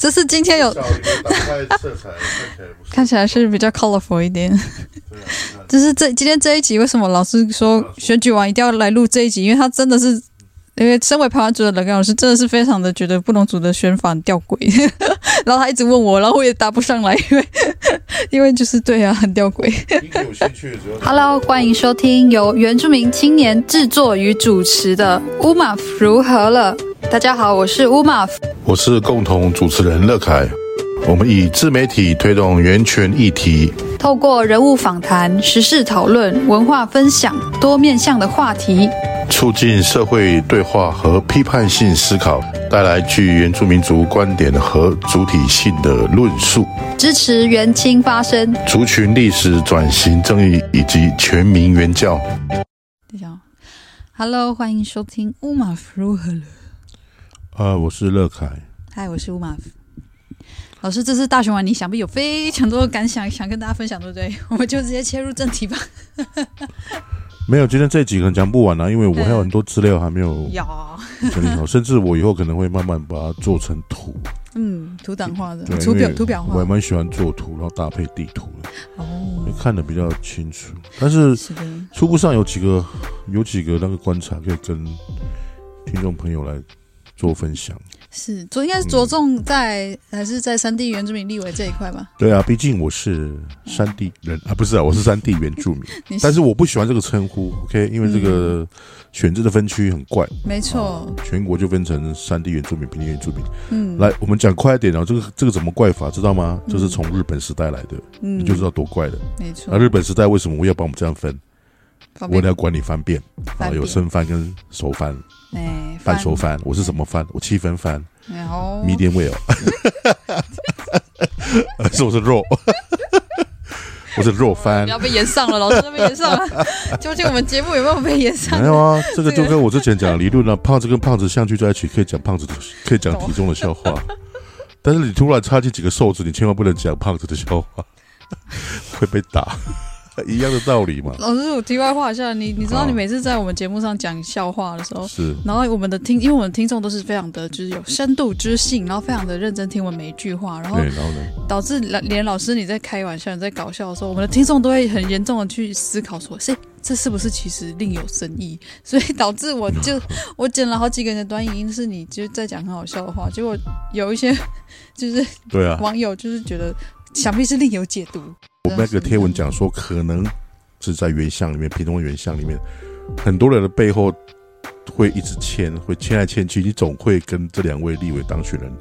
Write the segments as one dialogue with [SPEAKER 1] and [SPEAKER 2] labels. [SPEAKER 1] 就是今天有
[SPEAKER 2] 啊
[SPEAKER 3] 小鱼打开色彩看起来不错
[SPEAKER 1] 看起来是比较 colorful 一点。
[SPEAKER 3] 对啊你看
[SPEAKER 1] 就是这今天这一集，为什么老师说选举完一定要来录这一集？因为他真的是，因为身为排湾族的冷干老师，真的是非常的觉得布农族的选法很吊诡。 然后他一直问我，然后我也答不上来，因为因为就是对啊，很吊诡。
[SPEAKER 3] 你有兴趣的时候
[SPEAKER 1] Hello，欢迎收听由原住民青年制作与主持的《乌马如何了》。大家好，我是乌马。
[SPEAKER 3] 我是共同主持人乐凯，我们以自媒体推动源泉议题，
[SPEAKER 1] 透过人物访谈、时事讨论、文化分享多面向的话题，
[SPEAKER 3] 促进社会对话和批判性思考，带来具原住民族观点和主体性的论述，
[SPEAKER 1] 支持原青发声。
[SPEAKER 3] 族群历史转型正义以及全民原教。
[SPEAKER 1] 等一下哦，Hello，欢迎收听乌马夫如何了？
[SPEAKER 3] 呃，我是乐凯，
[SPEAKER 1] 嗨，我是乌马夫。老师，这次大选完，你想必有非常多的感想想跟大家分享，对不对？我们就直接切入正题吧。
[SPEAKER 2] 没有，今天这集可能讲不完啊，因为我还有很多资料还没有
[SPEAKER 1] 呀，
[SPEAKER 2] 整理好，甚至我以后可能会慢慢把它做成图，
[SPEAKER 1] 嗯，图档化的
[SPEAKER 2] 对，
[SPEAKER 1] 图
[SPEAKER 2] 因
[SPEAKER 1] 表
[SPEAKER 2] 为
[SPEAKER 1] 图表
[SPEAKER 2] 我
[SPEAKER 1] 化
[SPEAKER 2] 还。蛮喜欢做图，然后搭配地图的，
[SPEAKER 1] 哦，
[SPEAKER 2] 会看得比较清楚。但是
[SPEAKER 1] 是的，
[SPEAKER 2] 初步上有几个有几个那个观察可以跟听众朋友来做分享。
[SPEAKER 1] 是着应该是
[SPEAKER 2] 嗯
[SPEAKER 1] 着重在、还是在三地原住民立委这一块吧？
[SPEAKER 2] 对啊，毕竟我是山地人啊，不是啊，我是山地原住民，
[SPEAKER 1] 你嗯
[SPEAKER 2] 但是我不喜欢这个称呼，OK，因为这个选制的分区很怪，
[SPEAKER 1] 没错，
[SPEAKER 2] 全国就分成山地原住民、平地原住民。
[SPEAKER 1] 嗯，
[SPEAKER 2] 来，我们讲快一点哦，这个这个怎么怪法，知道吗？这是从日本时代来的，
[SPEAKER 1] 嗯
[SPEAKER 2] 你就知道啊多怪了。
[SPEAKER 1] 没
[SPEAKER 2] 那
[SPEAKER 1] 错，
[SPEAKER 2] 日本时代为什么我要帮我们这样分？
[SPEAKER 1] 方
[SPEAKER 2] 为
[SPEAKER 1] 便
[SPEAKER 2] 了要管理番便啊，
[SPEAKER 1] 翻
[SPEAKER 2] 有
[SPEAKER 1] 遍
[SPEAKER 2] 生番跟熟番、
[SPEAKER 1] 哎，
[SPEAKER 2] 半熟番，我是什么番？我七分番
[SPEAKER 1] 翻，然后
[SPEAKER 2] ，medium well，呃是我是肉， 我是肉番
[SPEAKER 1] 不。要被延上了，老师都被延上了， 究竟我们节目有没有被延上
[SPEAKER 2] 没？有啊，这个就跟我之前讲的理论了、胖子跟胖子相聚在一起，可以讲胖子的，可以讲体重的笑话，但是你突然插进几个瘦子，你千万不能讲胖子的笑话， 会被打，一样的道理嘛。
[SPEAKER 1] 老师，我题外话一下，你你知道
[SPEAKER 2] 好
[SPEAKER 1] 你每次在我们节目上讲笑话的时候，
[SPEAKER 2] 是，
[SPEAKER 1] 然后我们的听，因为我们听众都是非常的，就是有深度知性，然后非常的认真听我们每一句话，然后
[SPEAKER 2] 对，然后呢，
[SPEAKER 1] 导致连连老师你在开玩笑、你在搞笑的时候，我们的听众都会很严重的去思考说，是这是不是其实另有深意？所以导致我 就我剪了好几个人的短影音，是你就在讲很好笑的话，结果有一些就是
[SPEAKER 2] 对 啊，
[SPEAKER 1] 网友就是觉得，想必是另有解读。
[SPEAKER 2] 我们那个贴文讲说，可能是在原像里面，屏东原像里面，很多人的背后会一直牵，会牵来牵去，你总会跟这两位立委当选人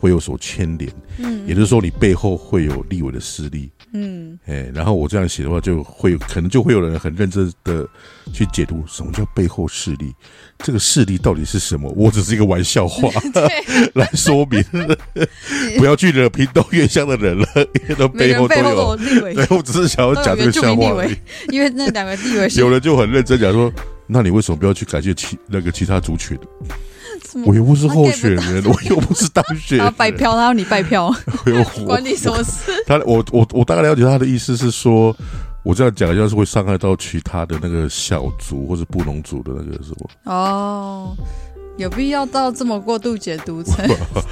[SPEAKER 2] 会有所牵连，
[SPEAKER 1] 嗯
[SPEAKER 2] 也就是说，你背后会有立委的势力。
[SPEAKER 1] 嗯，
[SPEAKER 2] 哎，然后我这样写的话，就会可能就会有人很认真的去解读什么叫背后势力，这个势力到底是什么？我只是一个玩 笑话来说明，不要去惹屏东原乡的人了，因为他
[SPEAKER 1] 每个
[SPEAKER 2] 背
[SPEAKER 1] 人
[SPEAKER 2] 后都
[SPEAKER 1] 背后都有
[SPEAKER 2] 有。
[SPEAKER 1] 立委，
[SPEAKER 2] 对，我只是想要
[SPEAKER 1] 都有
[SPEAKER 2] 讲这个
[SPEAKER 1] 原住
[SPEAKER 2] 笑
[SPEAKER 1] 民立
[SPEAKER 2] 话而
[SPEAKER 1] 委
[SPEAKER 2] 已。，
[SPEAKER 1] 因为那两个立委是
[SPEAKER 2] 有人就很认真讲说，那你为什么不要去感谢其那个其他族群？
[SPEAKER 1] 什么
[SPEAKER 2] 我又不是
[SPEAKER 1] 他
[SPEAKER 2] 候
[SPEAKER 1] get 不
[SPEAKER 2] 选人，我又不是当选
[SPEAKER 1] 他
[SPEAKER 2] 人，
[SPEAKER 1] 拜票，他要你拜票，
[SPEAKER 2] 我又
[SPEAKER 1] 管你什么事？
[SPEAKER 2] 他我我我大概了解他的意思是说，我这样讲要是会伤害到其他的那个小族或者布农族的那个什么，
[SPEAKER 1] 哦，有必要到这么过度解读 成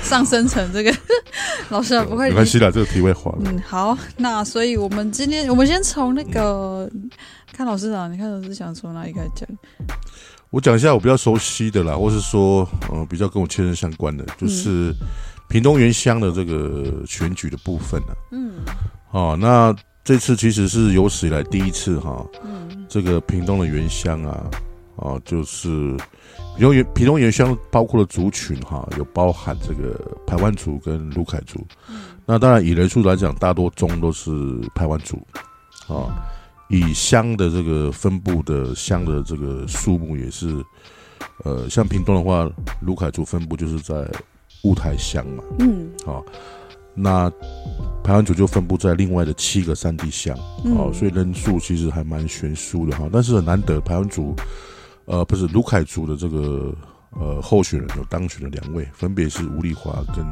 [SPEAKER 1] 上升成这个？ 老师啊不会
[SPEAKER 2] 没
[SPEAKER 1] 理
[SPEAKER 2] 关系啦，这个题外话了。
[SPEAKER 1] 嗯，好，那所以我们今天我们先从那个看老师啊，你看老师想从哪里开始讲？
[SPEAKER 2] 我讲一下我比较熟悉的啦，或是说呃比较跟我切身相关的，就是屏东原乡的这个选举的部分呢、
[SPEAKER 1] 嗯
[SPEAKER 2] 哦，那这次其实是有史以来第一次哈、
[SPEAKER 1] 嗯
[SPEAKER 2] 这个屏东的原乡啊，啊，就是屏东原屏东原乡包括的族群哈、有包含这个排湾族跟卢凯族。那当然以人数来讲，大多中都是排湾族啊。以乡的这个分布的乡的这个数目也是，呃，像屏东的话，卢凯族分布就是在雾台乡嘛，
[SPEAKER 1] 嗯
[SPEAKER 2] 那排湾族就分布在另外的七个山地乡。
[SPEAKER 1] 嗯，
[SPEAKER 2] 哦，所以人数其实还蛮悬殊的哈，但是很难得台湾族，呃，不是卢凯族的这个呃候选人有当选的两位，分别是吴丽华跟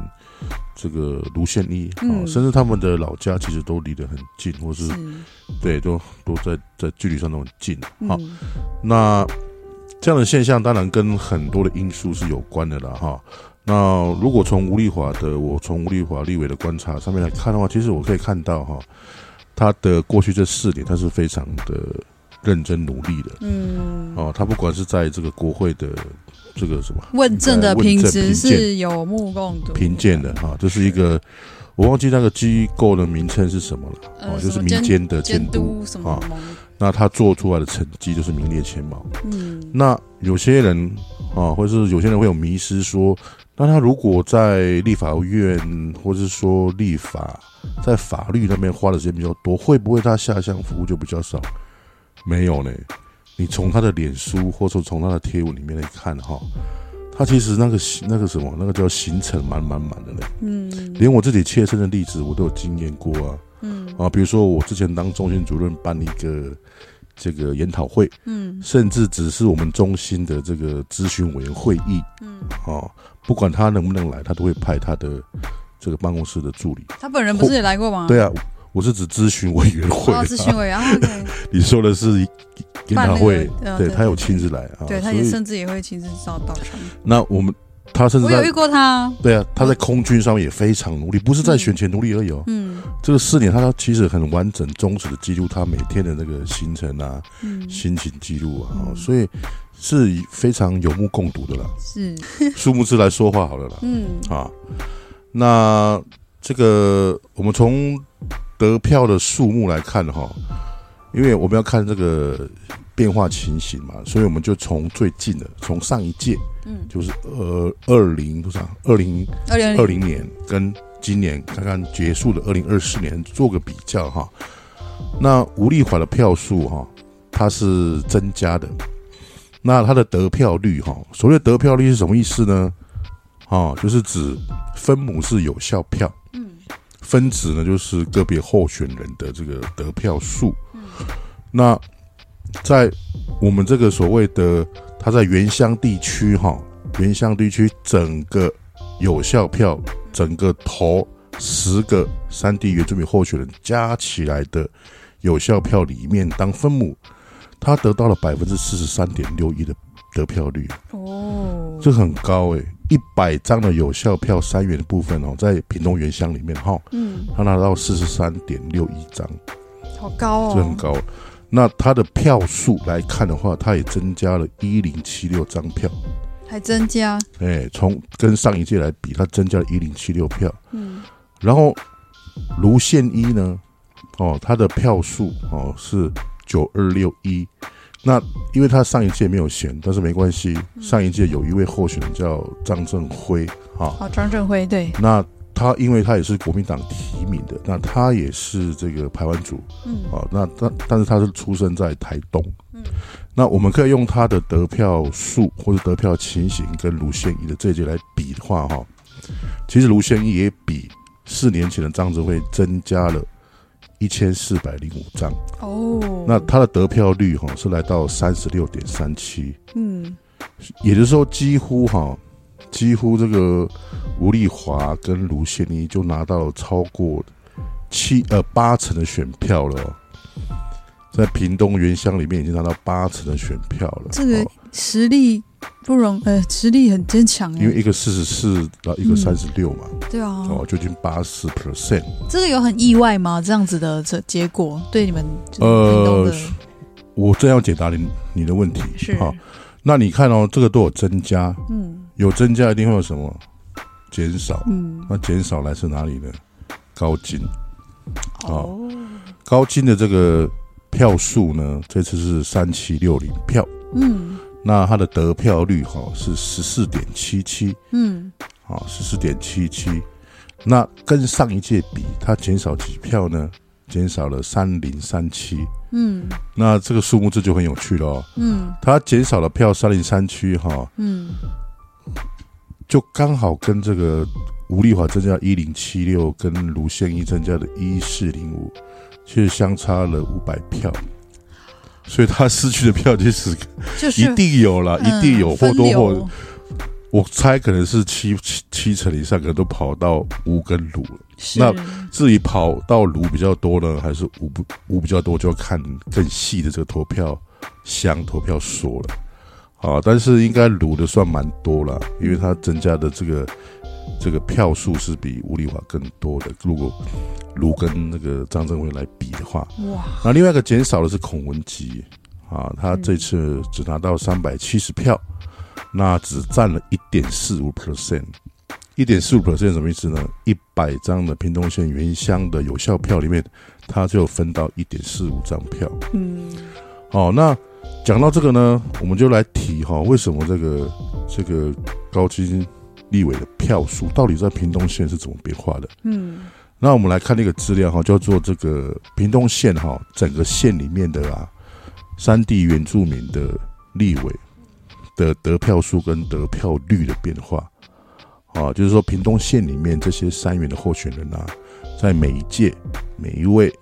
[SPEAKER 2] 这个卢宪一啊、
[SPEAKER 1] 嗯
[SPEAKER 2] 甚至他们的老家其实都离得很近，或是
[SPEAKER 1] 是
[SPEAKER 2] 对，都都在在距离上都很近。好、
[SPEAKER 1] 嗯
[SPEAKER 2] 那这样的现象当然跟很多的因素是有关的啦哈。那如果从吴丽华的，我从吴丽华立委的观察上面来看的话，其实我可以看到哈，他的过去这四年，他是非常的认真努力的
[SPEAKER 1] 嗯，
[SPEAKER 2] 哦。他不管是在这个国会的这个什么
[SPEAKER 1] 问政的
[SPEAKER 2] 问政
[SPEAKER 1] 品质
[SPEAKER 2] 评鉴
[SPEAKER 1] 是有目共睹，
[SPEAKER 2] 评鉴的哈，这是一个我忘记那个机构的名称是什么了
[SPEAKER 1] 呃
[SPEAKER 2] 哦，就是
[SPEAKER 1] 什么
[SPEAKER 2] 民
[SPEAKER 1] 监
[SPEAKER 2] 间的监
[SPEAKER 1] 监
[SPEAKER 2] 督。
[SPEAKER 1] 督什么
[SPEAKER 2] 啊
[SPEAKER 1] 盟，
[SPEAKER 2] 那他做出来的成绩就是名列前茅。
[SPEAKER 1] 嗯，
[SPEAKER 2] 那有些人啊，或者是有些人会有迷失说，那他如果在立法院或是说立法在法律那边花的时间比较多，会不会他下乡服务就比较少？没有呢，你从他的脸书或者说从他的贴文里面来看哈，他其实那个那个什么那个叫行程满满满的嘞，
[SPEAKER 1] 嗯
[SPEAKER 2] 连我自己切身的例子我都有经验过啊。
[SPEAKER 1] 嗯
[SPEAKER 2] 啊，比如说我之前当中心主任办一个这个研讨会，
[SPEAKER 1] 嗯
[SPEAKER 2] 甚至只是我们中心的这个咨询委员会议
[SPEAKER 1] 嗯，
[SPEAKER 2] 哦，不管他能不能来，他都会派他的这个办公室的助理。
[SPEAKER 1] 他本人不是也来过吗？
[SPEAKER 2] 对啊，我是指咨询委员会、
[SPEAKER 1] 哦，咨询
[SPEAKER 2] 啊，
[SPEAKER 1] 委员啊，OK，
[SPEAKER 2] 你说的是研
[SPEAKER 1] 办那
[SPEAKER 2] 讨
[SPEAKER 1] 个
[SPEAKER 2] 会，
[SPEAKER 1] 呃
[SPEAKER 2] 对
[SPEAKER 1] 对
[SPEAKER 2] 他有亲自来啊，
[SPEAKER 1] 对，他
[SPEAKER 2] 所
[SPEAKER 1] 也
[SPEAKER 2] 以
[SPEAKER 1] 甚至也会亲自到到场。
[SPEAKER 2] 那我们他甚至
[SPEAKER 1] 我有遇
[SPEAKER 2] 在
[SPEAKER 1] 过他，
[SPEAKER 2] 对啊，他在空军上面也非常努力，不是在选前努力而已哦。
[SPEAKER 1] 嗯
[SPEAKER 2] 这个四年，他其实很完整、忠实的记录他每天的那个行程啊、
[SPEAKER 1] 嗯，
[SPEAKER 2] 心情记录啊，哦
[SPEAKER 1] 嗯
[SPEAKER 2] 所以是非常有目共睹的 啦。
[SPEAKER 1] 是，
[SPEAKER 2] 数目字来说话好了啦。
[SPEAKER 1] 嗯
[SPEAKER 2] 啊，那这个我们从得票的数目来看哈，因为我们要看这个变化情形嘛，所以我们就从最近的，从上一届
[SPEAKER 1] 嗯，
[SPEAKER 2] 就是呃二零多少二零
[SPEAKER 1] 二零
[SPEAKER 2] 二零年跟今年刚刚结束的二零二四年做个比较哈。那吴丽华的票数哈，它是增加的，那它的得票率哈，所谓的得票率是什么意思呢？哦，就是指分母是有效票，
[SPEAKER 1] 嗯
[SPEAKER 2] 分子呢就是个别候选人的这个得票数。那在我们这个所谓的他在原乡地区哈，原乡地区整个有效票，整个投十个三地原住民候选人加起来的有效票里面当分母，他得到了百分之四十三点六一的得票率。
[SPEAKER 1] 哦，
[SPEAKER 2] 这很高诶、1一百张的有效票三元的部分哦，在屏东原乡里面哈、
[SPEAKER 1] 嗯，
[SPEAKER 2] 他拿到四十三点六一张，
[SPEAKER 1] 好高
[SPEAKER 2] 这
[SPEAKER 1] 哦，
[SPEAKER 2] 很高。那他的票数来看的话，他也增加了一零七六张票，
[SPEAKER 1] 还增加，
[SPEAKER 2] 哎，从跟上一届来比，他增加了一零七六票。
[SPEAKER 1] 嗯
[SPEAKER 2] 然后卢宪一呢，哦，他的票数哦是九二六一。那因为他上一届没有选，但是没关系，上一届有一位候选人叫张正辉啊，
[SPEAKER 1] 好，张振辉对，
[SPEAKER 2] 那他因为他也是国民党提名的，那他也是这个排湾族
[SPEAKER 1] 嗯
[SPEAKER 2] 啊、那但但是他是出生在台东，
[SPEAKER 1] 嗯
[SPEAKER 2] 那我们可以用他的得票数或者得票情形跟卢宪义的这一届来比的话，哈，其实卢宪义也比四年前的张泽辉增加了。一千四百零五张，
[SPEAKER 1] 哦，
[SPEAKER 2] 那他的得票率哈是来到三十六点三七，
[SPEAKER 1] 嗯
[SPEAKER 2] 也就是说，几乎哈，几乎这个吴丽华跟卢宪妮就拿到超过七呃八成的选票了哦，在屏东原乡里面已经拿到八成的选票了。
[SPEAKER 1] 这个
[SPEAKER 2] 哦
[SPEAKER 1] 实力不容，呃，实力很坚强
[SPEAKER 2] 因为
[SPEAKER 1] 哎，
[SPEAKER 2] 一个四十四，然后一个
[SPEAKER 1] 嗯
[SPEAKER 2] 三十六嘛，
[SPEAKER 1] 对啊，
[SPEAKER 2] 哦，就已经八十 percent。
[SPEAKER 1] 这个有很意外吗？这样子的这结果对你们就是屏东
[SPEAKER 2] 呃
[SPEAKER 1] 的，
[SPEAKER 2] 我正要解答你你的问题，
[SPEAKER 1] 是
[SPEAKER 2] 好、那你看哦，这个都有增加，
[SPEAKER 1] 嗯
[SPEAKER 2] 有增加一定会有什么减少，
[SPEAKER 1] 嗯
[SPEAKER 2] 那减少来自哪里呢？高金。好
[SPEAKER 1] 哦
[SPEAKER 2] 高金的这个票数呢，这次是三七六零票，
[SPEAKER 1] 嗯
[SPEAKER 2] 那它的得票率哈、是十四点七七
[SPEAKER 1] 嗯
[SPEAKER 2] 啊，十四点七七，那跟上一届比，它减少几票呢？减少了三零三七，
[SPEAKER 1] 嗯
[SPEAKER 2] 那这个数目字就很有趣了哦，
[SPEAKER 1] 嗯
[SPEAKER 2] 它减少了票三零三七哈，
[SPEAKER 1] 嗯
[SPEAKER 2] 就刚好跟这个吴丽华增加一零七六，跟卢宪一增加的一四零五，其实相差了五百票，所以他失去的票其实
[SPEAKER 1] 就是
[SPEAKER 2] 一定有啦，
[SPEAKER 1] 嗯
[SPEAKER 2] 一定有或
[SPEAKER 1] 分
[SPEAKER 2] 多
[SPEAKER 1] 流
[SPEAKER 2] 或，我猜可能是七七七成以上，可能都跑到吴跟卢了。
[SPEAKER 1] 是
[SPEAKER 2] 那至于跑到卢比较多呢，还是吴不吴比较多，就要看更细的这个投票箱、投票所了。啊，但是应该卤的算蛮多了，因为它增加的这个这个票数是比吴丽华更多的。如果卢跟那个张振辉来比的话，
[SPEAKER 1] 哇，
[SPEAKER 2] 那另外一个减少的是孔文吉啊，他这次只拿到三百七十票，那只占了一点四五 percent。一点四五 percent 什么意思呢？一百张的屏东县原乡的有效票里面，他就分到一点四五张票。
[SPEAKER 1] 嗯，
[SPEAKER 2] 好，那讲到这个呢，我们就来提哈、为什么这个这个高金立委的票数到底在屏东县是怎么变化的？
[SPEAKER 1] 嗯，
[SPEAKER 2] 那我们来看那个资料哈、叫做这个屏东县哈、整个县里面的啊，山地原住民的立委的得票数跟得票率的变化啊，就是说屏东县里面这些三元的候选人啊，在每一届每一位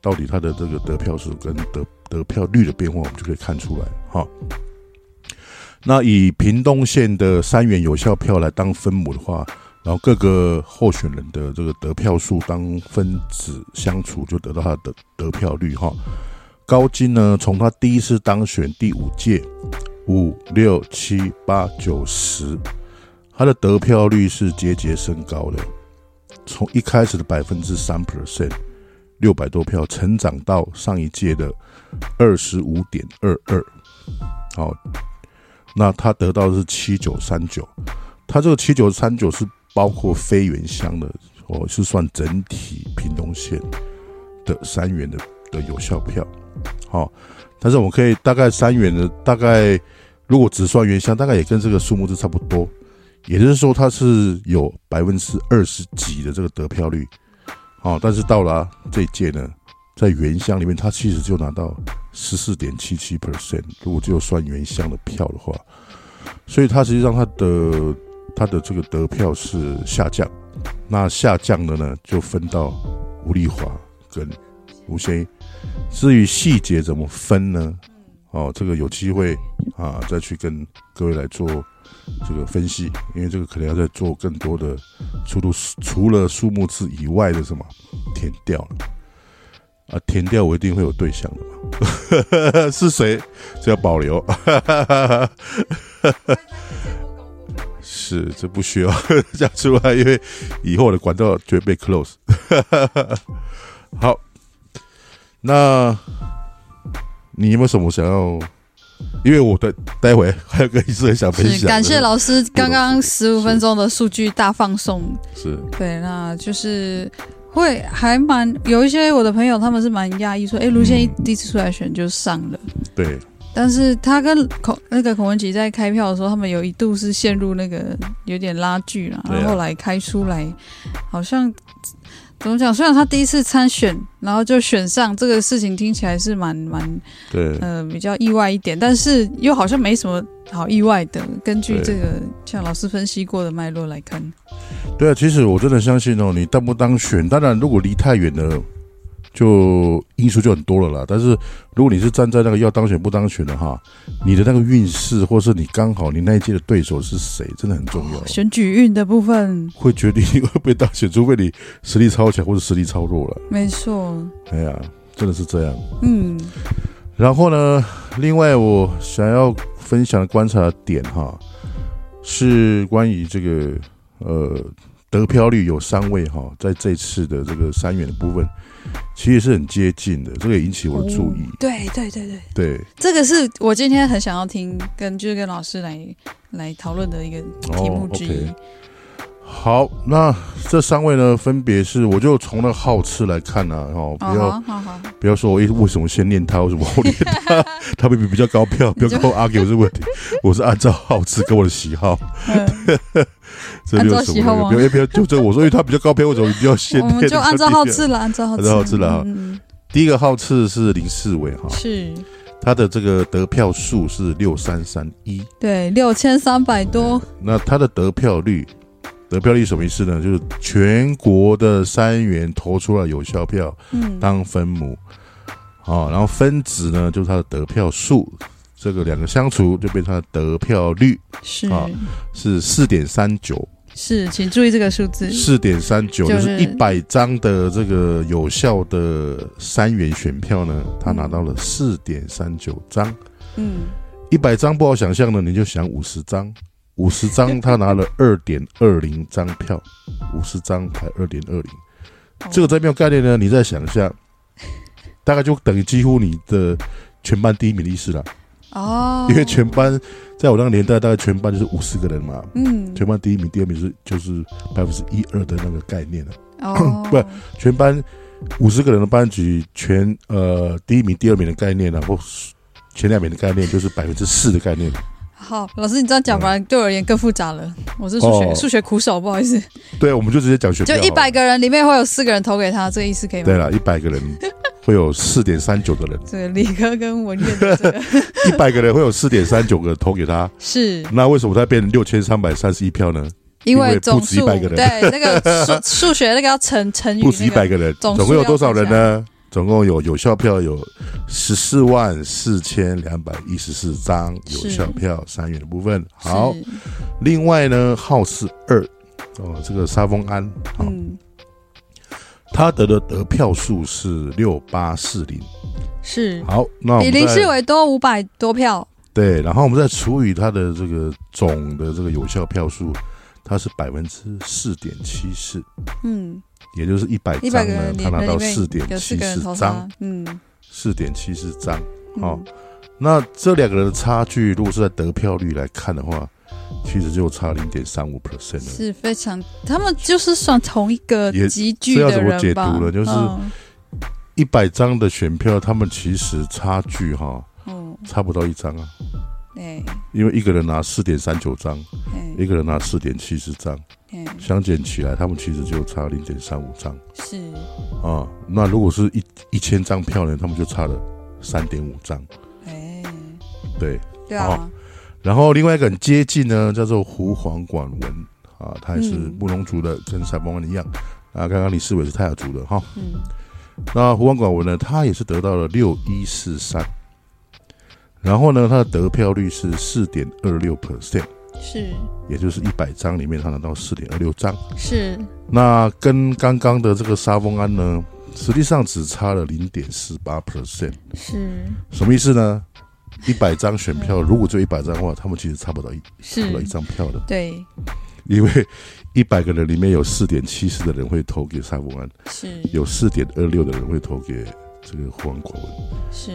[SPEAKER 2] 到底他的这个得票数跟得得票率的变化，我们就可以看出来哈、那以屏东县的三元有效票来当分母的话，然后各个候选人的这个得票数当分子相除，就得到他的得得票率哈。高金呢，从他第一次当选第五届，五六七八九十，他的得票率是节节升高的，从一开始的百分之三 percent，六百多票，成长到上一届的二十五点二二，好，那他得到的是七九三九，他这个七九三九是包括非原乡的，哦，是算整体屏东县的三元的的有效票，好、但是我们可以大概三元的大概，如果只算原乡，大概也跟这个数目字差不多，也就是说它是有百分之二十几的这个得票率，哦，但是到了啊、这一届呢，在原乡里面，他其实就拿到十四点七七 percent，如果就算原乡的票的话，所以他实际上他的他的这个得票是下降，那下降的呢就分到吴丽华跟吴先一。至于细节怎么分呢？哦，这个有机会啊再去跟各位来做这个分析，因为这个可能要再做更多的除了除了数目字以外的什么填掉了。啊，填掉我一定会有对象的嘛， 是谁就要保留。是，这不需要 讲出来，因为以后我的管道绝被 close。好，那你有没有什么想要？因为我的待会还有个意思很想分享
[SPEAKER 1] 是
[SPEAKER 2] 的，
[SPEAKER 1] 感谢老师刚刚
[SPEAKER 2] 是
[SPEAKER 1] 十五分钟的数据大放送，
[SPEAKER 2] 是
[SPEAKER 1] 对，那就是会还蛮有一些我的朋友，他们是蛮讶异说，诶，卢宪一第一次出来选就上了，
[SPEAKER 2] 对
[SPEAKER 1] 但是他跟孔那个孔文琪在开票的时候，他们有一度是陷入那个有点拉锯了，
[SPEAKER 2] 对啊
[SPEAKER 1] 然后后来开出来，好像怎么讲？虽然他第一次参选，然后就选上，这个事情听起来是蛮蛮
[SPEAKER 2] 对
[SPEAKER 1] 呃比较意外一点，但是又好像没什么好意外的。根据
[SPEAKER 2] 对
[SPEAKER 1] 这个像老师分析过的脉络来看，
[SPEAKER 2] 对啊，其实我真的相信哦，你当不当选，当然如果离太远了，就因素就很多了啦。但是如果你是站在那个要当选不当选的哈，你的那个运势，或是你刚好你那一届的对手是谁，真的很重要，
[SPEAKER 1] 选举运的部分，
[SPEAKER 2] 会决定你会被当选，除非你实力超强或者实力超弱了。
[SPEAKER 1] 没错，
[SPEAKER 2] 哎呀，真的是这样。
[SPEAKER 1] 嗯，
[SPEAKER 2] 然后呢，另外我想要分享的观察点哈，是关于这个呃得票率有三位哈，在这次的这个三元的部分，其实是很接近的，这个也引起我的注意。
[SPEAKER 1] 哦对对对对。
[SPEAKER 2] 对，
[SPEAKER 1] 这个是我今天很想要听，跟就是跟老师来来讨论的一个题目
[SPEAKER 2] 哦
[SPEAKER 1] 之一。
[SPEAKER 2] ，OK 好，那这三位呢，分别是我就从那号次来看啊，哦，不要、
[SPEAKER 1] 好好好，
[SPEAKER 2] 不要说我一为什么先念他，为什么后念他， 他比比较高票，不要跟我 argue 这个问题，我是按照号次跟我的喜好。
[SPEAKER 1] 嗯
[SPEAKER 2] 这没有什么那个，不要不要纠正我说，因为他比较高偏，为什么一定要先
[SPEAKER 1] 我
[SPEAKER 2] 念？
[SPEAKER 1] 们就按照号。次了，按照号
[SPEAKER 2] 按照号次了啊
[SPEAKER 1] 嗯，
[SPEAKER 2] 第一个号次是林世伟哈，
[SPEAKER 1] 是
[SPEAKER 2] 他的这个得票数是六三三一，
[SPEAKER 1] 对六千三百多，
[SPEAKER 2] 那他的得票率，得票率什么意思呢？就是全国的三元投出了有效票
[SPEAKER 1] 嗯，
[SPEAKER 2] 当分母，啊，然后分子呢就是他的得票数，这个两个相除就变成他的得票率
[SPEAKER 1] 是
[SPEAKER 2] 啊是四点三九，
[SPEAKER 1] 是，请注意这个数字，
[SPEAKER 2] 四点三九，
[SPEAKER 1] 就
[SPEAKER 2] 嗯就是是一百张的这个有效的三元选票呢，他拿到了四点三九张，
[SPEAKER 1] 嗯，
[SPEAKER 2] 一百张不好想象的，你就想五十张，五十张他拿了二点二零张票，五十张才二点二零，
[SPEAKER 1] 哦
[SPEAKER 2] 这个在没有概念呢，你再想一下，大概就等于几乎你的全班第一名的意思了，
[SPEAKER 1] 哦，
[SPEAKER 2] 因为全班在我那个年代，大概全班就是五十个人嘛，
[SPEAKER 1] 嗯
[SPEAKER 2] 全班第一名、第二名是就是百分之一二的那个概念了。
[SPEAKER 1] 哦
[SPEAKER 2] 不全班五十个人的班级，全呃第一名、第二名的概念呢、啊，或是前两名的概念，就是百分之四的概念。
[SPEAKER 1] 好，老师你这样讲，反而对我而言更复杂了。我是数学
[SPEAKER 2] 哦
[SPEAKER 1] 数学苦手，不好意思，
[SPEAKER 2] 对，我们就直接讲选票
[SPEAKER 1] 就
[SPEAKER 2] 好了。
[SPEAKER 1] 一百个人里面会有四个人投给他，这个意思可以
[SPEAKER 2] 对
[SPEAKER 1] 吗？
[SPEAKER 2] 了，一百个人 会有四点三九的人，
[SPEAKER 1] 这个理科跟文院的这 个
[SPEAKER 2] 一百个人会有四点三九个投给他。
[SPEAKER 1] 是
[SPEAKER 2] 那为什么他变成六千三百三十一票呢？
[SPEAKER 1] 因
[SPEAKER 2] 因
[SPEAKER 1] 为
[SPEAKER 2] 为
[SPEAKER 1] 总
[SPEAKER 2] 不止
[SPEAKER 1] 数
[SPEAKER 2] 100个人
[SPEAKER 1] 对那个数 数学那个要乘乘以
[SPEAKER 2] 不止一
[SPEAKER 1] 那
[SPEAKER 2] 百
[SPEAKER 1] 个
[SPEAKER 2] 个人，
[SPEAKER 1] 总
[SPEAKER 2] 总
[SPEAKER 1] 数
[SPEAKER 2] 共有多少人呢？总共有有效票有十四万四千两百一十四张有
[SPEAKER 1] 是
[SPEAKER 2] 效票，三元的部分。
[SPEAKER 1] 是
[SPEAKER 2] 好，另外呢，号是二，哦，这个沙峰安，好，
[SPEAKER 1] 嗯
[SPEAKER 2] 他得的得票数是六八四零。
[SPEAKER 1] 是
[SPEAKER 2] 好，那我
[SPEAKER 1] 比
[SPEAKER 2] 们
[SPEAKER 1] 林世
[SPEAKER 2] 再
[SPEAKER 1] 伟多五百多票，
[SPEAKER 2] 对，然后我们再除以他的这个总的这个有效票数，他是百分之四点七四，
[SPEAKER 1] 嗯，
[SPEAKER 2] 也就是一百
[SPEAKER 1] 一
[SPEAKER 2] 张
[SPEAKER 1] 百个人
[SPEAKER 2] 呢，
[SPEAKER 1] 里
[SPEAKER 2] 他拿
[SPEAKER 1] 人里
[SPEAKER 2] 到
[SPEAKER 1] 面
[SPEAKER 2] 四点
[SPEAKER 1] 有四
[SPEAKER 2] 七
[SPEAKER 1] 个人
[SPEAKER 2] 四
[SPEAKER 1] 投
[SPEAKER 2] 张
[SPEAKER 1] 他，，嗯，
[SPEAKER 2] 四点七四张。
[SPEAKER 1] 嗯
[SPEAKER 2] 哦，那这两个人的差距，如果是在得票率来看的话，其实就差零点三五 percent 了。
[SPEAKER 1] 是非常，他们就是算同一个
[SPEAKER 2] 也
[SPEAKER 1] 集聚的
[SPEAKER 2] 这要怎
[SPEAKER 1] 人
[SPEAKER 2] 么
[SPEAKER 1] 吧
[SPEAKER 2] 解？读了就是
[SPEAKER 1] 嗯
[SPEAKER 2] 一百张的选票，他们其实差距哈、
[SPEAKER 1] 嗯，
[SPEAKER 2] 差不到一张啊，
[SPEAKER 1] 哎
[SPEAKER 2] 因为一个人拿四点三九张，
[SPEAKER 1] 哎
[SPEAKER 2] 一个人拿四点七十张，
[SPEAKER 1] 哎，
[SPEAKER 2] 相减起来，他们其实就差零点三五张
[SPEAKER 1] 是
[SPEAKER 2] 啊。那如果是一一千张票呢，他们就差了三点五张。
[SPEAKER 1] 哎，
[SPEAKER 2] 对，
[SPEAKER 1] 对啊
[SPEAKER 2] 哦，然后另外一个很接近呢，叫做胡黄广文啊，他也是
[SPEAKER 1] 嗯
[SPEAKER 2] 布农族的，跟塞邦文一样啊。刚刚李世伟是泰雅族的哈。
[SPEAKER 1] 嗯，
[SPEAKER 2] 那胡广广文呢，他也是得到了六一四三，然后呢，他的得票率是四点二六 percent，
[SPEAKER 1] 是
[SPEAKER 2] 也就是一百张里面他拿到四点二六张。
[SPEAKER 1] 是，
[SPEAKER 2] 那跟刚刚的这个沙翁安呢，实际上只差了零点四八 percent，
[SPEAKER 1] 是
[SPEAKER 2] 什么意思呢？一百张选票，如果只有一百张的话，他们其实差不到一差不到一
[SPEAKER 1] 是，
[SPEAKER 2] 张票的，
[SPEAKER 1] 对，
[SPEAKER 2] 因为一百个人里面有四点七四的人会投给沙翁安，
[SPEAKER 1] 是
[SPEAKER 2] 有四点二六的人会投给这个黄国文。
[SPEAKER 1] 是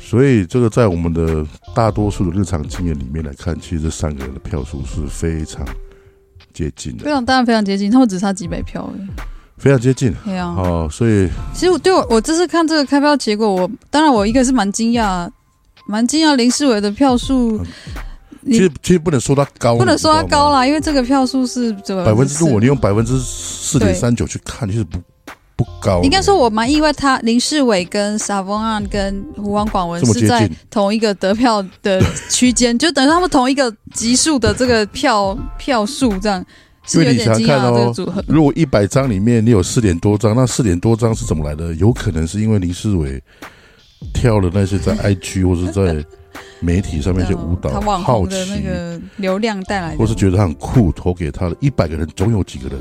[SPEAKER 2] 所以，这个在我们的大多数的日常经验里面来看，其实这三个人的票数是非常接近
[SPEAKER 1] 非
[SPEAKER 2] 的，
[SPEAKER 1] 啊常当然非常接近，他们只差几百票而已。
[SPEAKER 2] 非常接近。
[SPEAKER 1] 对啊，
[SPEAKER 2] 哦，所以
[SPEAKER 1] 其实我对我我这次看这个开票结果，我当然我一个是蛮惊讶，蛮惊讶林世伟的票数
[SPEAKER 2] 嗯其实其实不能说它高，
[SPEAKER 1] 不能说它
[SPEAKER 2] 你知道
[SPEAKER 1] 高
[SPEAKER 2] 吗，
[SPEAKER 1] 啦，因为这个票数是这
[SPEAKER 2] 百分之
[SPEAKER 1] 四
[SPEAKER 2] 五，你用百分之四点三九去看，其实不不高。
[SPEAKER 1] 应该说，我蛮意外，他林世伟跟沙翁案跟胡王广文
[SPEAKER 2] 这么接
[SPEAKER 1] 是
[SPEAKER 2] 近
[SPEAKER 1] 在同一个得票的区间，就等于他们同一个级数的这个票票数这样，是
[SPEAKER 2] 因
[SPEAKER 1] 有
[SPEAKER 2] 为你
[SPEAKER 1] 点
[SPEAKER 2] 想
[SPEAKER 1] 惊
[SPEAKER 2] 想
[SPEAKER 1] 讶
[SPEAKER 2] 看
[SPEAKER 1] 的这个
[SPEAKER 2] 哦
[SPEAKER 1] 组合。
[SPEAKER 2] 如果一百张里面你有四点多张，那四点多张是怎么来的？有可能是因为林世伟跳了那些 在 IG 或者在媒体上面一些舞蹈
[SPEAKER 1] 嗯他，网
[SPEAKER 2] 好
[SPEAKER 1] 红
[SPEAKER 2] 奇
[SPEAKER 1] 的那个流量带来的，
[SPEAKER 2] 或是觉得他很酷，投给他的一百个人，总有几个人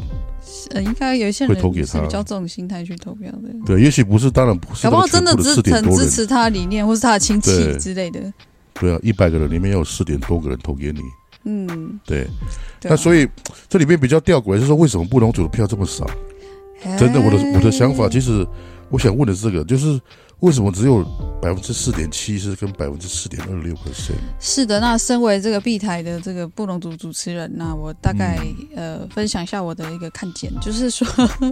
[SPEAKER 1] 呃，应该有一些人
[SPEAKER 2] 会投给他
[SPEAKER 1] 是比较这种心态去投票的。
[SPEAKER 2] 对，也许不是，当然不是
[SPEAKER 1] 搞
[SPEAKER 2] 那
[SPEAKER 1] 不
[SPEAKER 2] 个
[SPEAKER 1] 好
[SPEAKER 2] 全
[SPEAKER 1] 真
[SPEAKER 2] 部
[SPEAKER 1] 的支
[SPEAKER 2] 的四点
[SPEAKER 1] 很
[SPEAKER 2] 多
[SPEAKER 1] 支
[SPEAKER 2] 人，
[SPEAKER 1] 持他的理念，或是他的亲戚
[SPEAKER 2] 对
[SPEAKER 1] 之类的。
[SPEAKER 2] 对啊，一百个人里面有四点多个人投给你，
[SPEAKER 1] 嗯，
[SPEAKER 2] 对。
[SPEAKER 1] 对啊
[SPEAKER 2] 那所以这里面比较吊诡，就是说为什么布农族的票这么少？
[SPEAKER 1] 哎
[SPEAKER 2] 真的，我的我的想法，其实我想问的是这个，就是为什么只有百分之四点七是跟百分之四点二六 percent？
[SPEAKER 1] 是的，那身为这个 B 台的这个布隆族主持人，那我大概、
[SPEAKER 2] 嗯
[SPEAKER 1] 呃分享一下我的一个看见，就是说，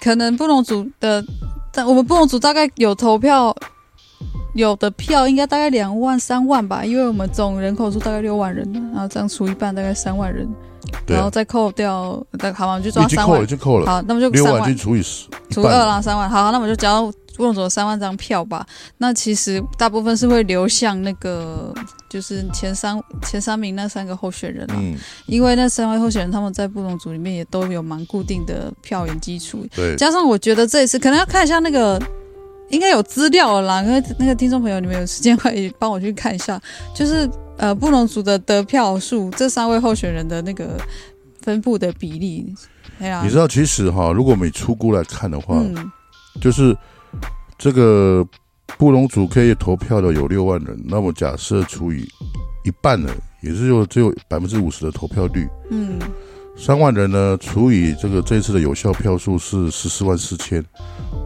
[SPEAKER 1] 可能布隆族的，但我们布隆族大概有投票，有的票应该大概两万三万吧，因为我们总人口数大概六万人，然后这样除一半大概三万人，
[SPEAKER 2] 对
[SPEAKER 1] 然
[SPEAKER 2] 啊
[SPEAKER 1] 后，再扣掉，大好嘛，我们就抓
[SPEAKER 2] 已经
[SPEAKER 1] 三
[SPEAKER 2] 扣了，
[SPEAKER 1] 万
[SPEAKER 2] 已，经扣了，
[SPEAKER 1] 好，那么就
[SPEAKER 2] 六
[SPEAKER 1] 三
[SPEAKER 2] 万
[SPEAKER 1] 万
[SPEAKER 2] 已经除以十，一
[SPEAKER 1] 除
[SPEAKER 2] 半
[SPEAKER 1] 二
[SPEAKER 2] 了
[SPEAKER 1] 啦，三万。好，那我们就只要乌龙走三万张票吧。那其实大部分是会流向那个，就是前三前三名那三个候选人啦，啊
[SPEAKER 2] 嗯，
[SPEAKER 1] 因为那三位候选人他们在布隆组里面也都有蛮固定的票源基础，
[SPEAKER 2] 对，
[SPEAKER 1] 加上我觉得这一次可能要看一下那个。应该有资料了啦，因为那个听众朋友，你们有时间可以帮我去看一下，就是呃布隆族的得票数，这三位候选人的那个分布的比例，哎呀、
[SPEAKER 2] 你知道其实哈，如果我们以出估来看的话，
[SPEAKER 1] 嗯，
[SPEAKER 2] 就是这个布隆族可以投票的有六万人，那么假设除以一半了，也是有只有百分之五十的投票率。
[SPEAKER 1] 嗯
[SPEAKER 2] 三万人呢除以这个这一次的有效票数是十四万四千，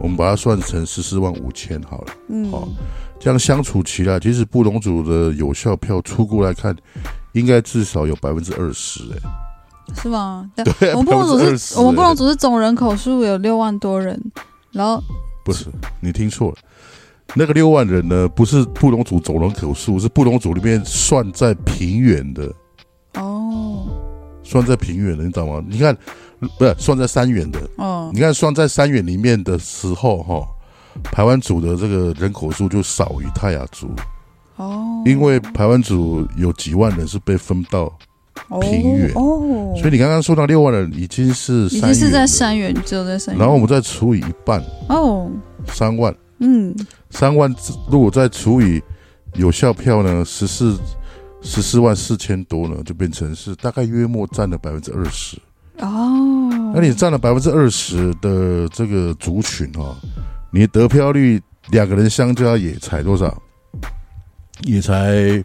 [SPEAKER 2] 我们把它算成十四万五千好了。
[SPEAKER 1] 嗯，
[SPEAKER 2] 好这样相处起来，其实布隆族的有效票出估来看，应该至少有百分之二十。哎，
[SPEAKER 1] 是吗？但
[SPEAKER 2] 对，
[SPEAKER 1] 我们布隆
[SPEAKER 2] 百分
[SPEAKER 1] 族
[SPEAKER 2] 之欸
[SPEAKER 1] 是，我们布隆
[SPEAKER 2] 20%
[SPEAKER 1] 族是总人口数有六万多人，然后
[SPEAKER 2] 不是你听错了。那个六万人呢，不是布隆族总人口数，是布隆族里面算在平原的，
[SPEAKER 1] 哦
[SPEAKER 2] 算在平原的，你知道吗？你看，不是算在山原的，
[SPEAKER 1] 哦
[SPEAKER 2] 你看算在三元里面的时候，哈，排湾族的这个人口数就少于泰雅族，
[SPEAKER 1] 哦，
[SPEAKER 2] 因为排湾族有几万人是被分到，平原
[SPEAKER 1] 哦，
[SPEAKER 2] 所以你刚刚说到六万人已经是
[SPEAKER 1] 已经
[SPEAKER 2] 三
[SPEAKER 1] 是在
[SPEAKER 2] 元
[SPEAKER 1] 山原，只有在山
[SPEAKER 2] 了，
[SPEAKER 1] 原。
[SPEAKER 2] 然后我们再除以一半，
[SPEAKER 1] 哦，
[SPEAKER 2] 三万，
[SPEAKER 1] 嗯
[SPEAKER 2] 三万如果再除以有效票呢，十四十四万四千多呢，就变成是大概约莫占了百分之二十。
[SPEAKER 1] 哦，
[SPEAKER 2] 那你占了百分之二十的这个族群哈、哦，你得票率两个人相加也才多少？也才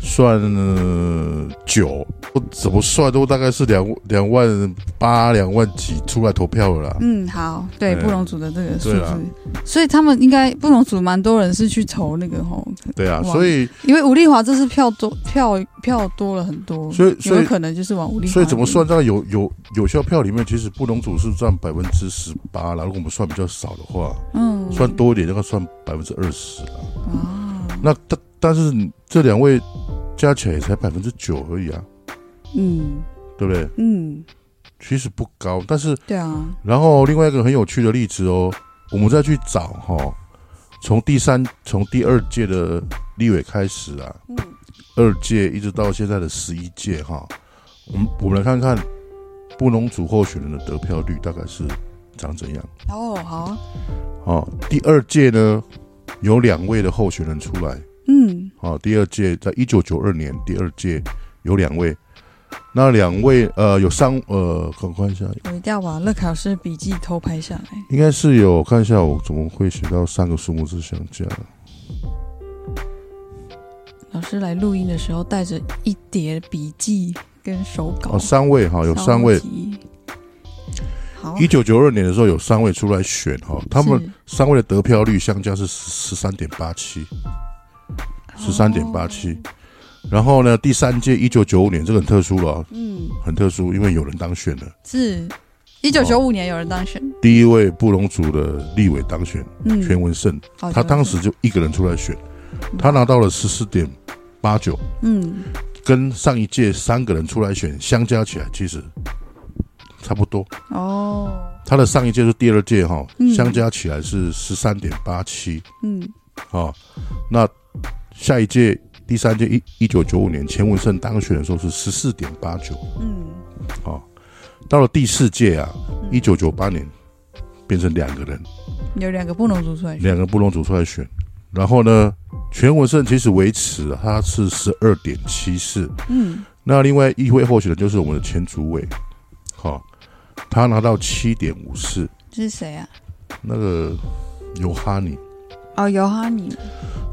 [SPEAKER 2] 算呃九、我怎么算都大概是两两万八、两万几出来投票了啦。
[SPEAKER 1] 嗯，好，对，
[SPEAKER 2] 对
[SPEAKER 1] 布隆族的这个数
[SPEAKER 2] 对啊
[SPEAKER 1] 字，所以他们应该布隆族蛮多人是去投那个吼，
[SPEAKER 2] 对啊，
[SPEAKER 1] 哇
[SPEAKER 2] 所以
[SPEAKER 1] 因为吴丽华这次票多票票多了很多，
[SPEAKER 2] 所以
[SPEAKER 1] 有
[SPEAKER 2] 所
[SPEAKER 1] 没
[SPEAKER 2] 以
[SPEAKER 1] 有可能就是往吴丽华那边，
[SPEAKER 2] 所以怎么算到有有有效票里面，其实布农族是占百分之十八啦。如果我们算比较少的话，
[SPEAKER 1] 嗯，
[SPEAKER 2] 算多一点，那个算百分之二十啦。
[SPEAKER 1] 啊，
[SPEAKER 2] 那但但是这两位加起来也才百分之九而已啊，
[SPEAKER 1] 嗯
[SPEAKER 2] 对不对？
[SPEAKER 1] 嗯，
[SPEAKER 2] 其实不高，但是
[SPEAKER 1] 对啊，
[SPEAKER 2] 然后另外一个很有趣的例子哦，我们再去找哈、从第三从第二届的立委开始啊，
[SPEAKER 1] 嗯
[SPEAKER 2] 二届一直到现在的十一届哈、我们我们来看看布农族候选人的得票率大概是长怎样
[SPEAKER 1] 哦好啊，
[SPEAKER 2] 哦。第二届呢有两位的候选人出来。
[SPEAKER 1] 嗯
[SPEAKER 2] 好、第二届在一九九二年第二届有两位，那两位呃有三呃，我看一下，
[SPEAKER 1] 我一定要把乐凯老师的笔记偷拍下来，
[SPEAKER 2] 应该是有看一下我怎么会写到三个数目字相加？
[SPEAKER 1] 老师来录音的时候带着一叠笔记跟手稿
[SPEAKER 2] 哦，，三位哈、有三位
[SPEAKER 1] 超。级，好，
[SPEAKER 2] 一九九二年的时候有三位出来选哈、他们
[SPEAKER 1] 是
[SPEAKER 2] 三位的得票率相加是十三点八七，十三点
[SPEAKER 1] 哦
[SPEAKER 2] 八七。然后呢，第三届一九九五年这个很特殊了、哦，
[SPEAKER 1] 嗯，
[SPEAKER 2] 很特殊，因为有人当选了，
[SPEAKER 1] 是一九九五年有人当选，
[SPEAKER 2] 第一位布隆族的立委当哦选，
[SPEAKER 1] 嗯，
[SPEAKER 2] 全文胜。
[SPEAKER 1] 好
[SPEAKER 2] 他当时，就一个人出来选，他拿到了十四点八九，
[SPEAKER 1] 嗯，
[SPEAKER 2] 跟上一届三个人出来选相加起来，其实差不多。
[SPEAKER 1] 哦，
[SPEAKER 2] 他的上一届是第二届哈
[SPEAKER 1] 嗯，
[SPEAKER 2] 相加起来是十三点八七
[SPEAKER 1] 嗯
[SPEAKER 2] 啊。那下一届第三届一一九九五年钱文胜当选的时候是十四点八九
[SPEAKER 1] 嗯，
[SPEAKER 2] 啊，到了第四届啊，一九九八年变成两个人，
[SPEAKER 1] 有两个布农族出来选，
[SPEAKER 2] 两个布隆族出来选，然后呢，全文胜其实维持他是十二点七四，
[SPEAKER 1] 嗯，
[SPEAKER 2] 那另外议会候选人就是我们的前主委，好、他拿到七点五四，
[SPEAKER 1] 这是谁啊？
[SPEAKER 2] 那个尤哈尼，
[SPEAKER 1] 哦，尤哈尼，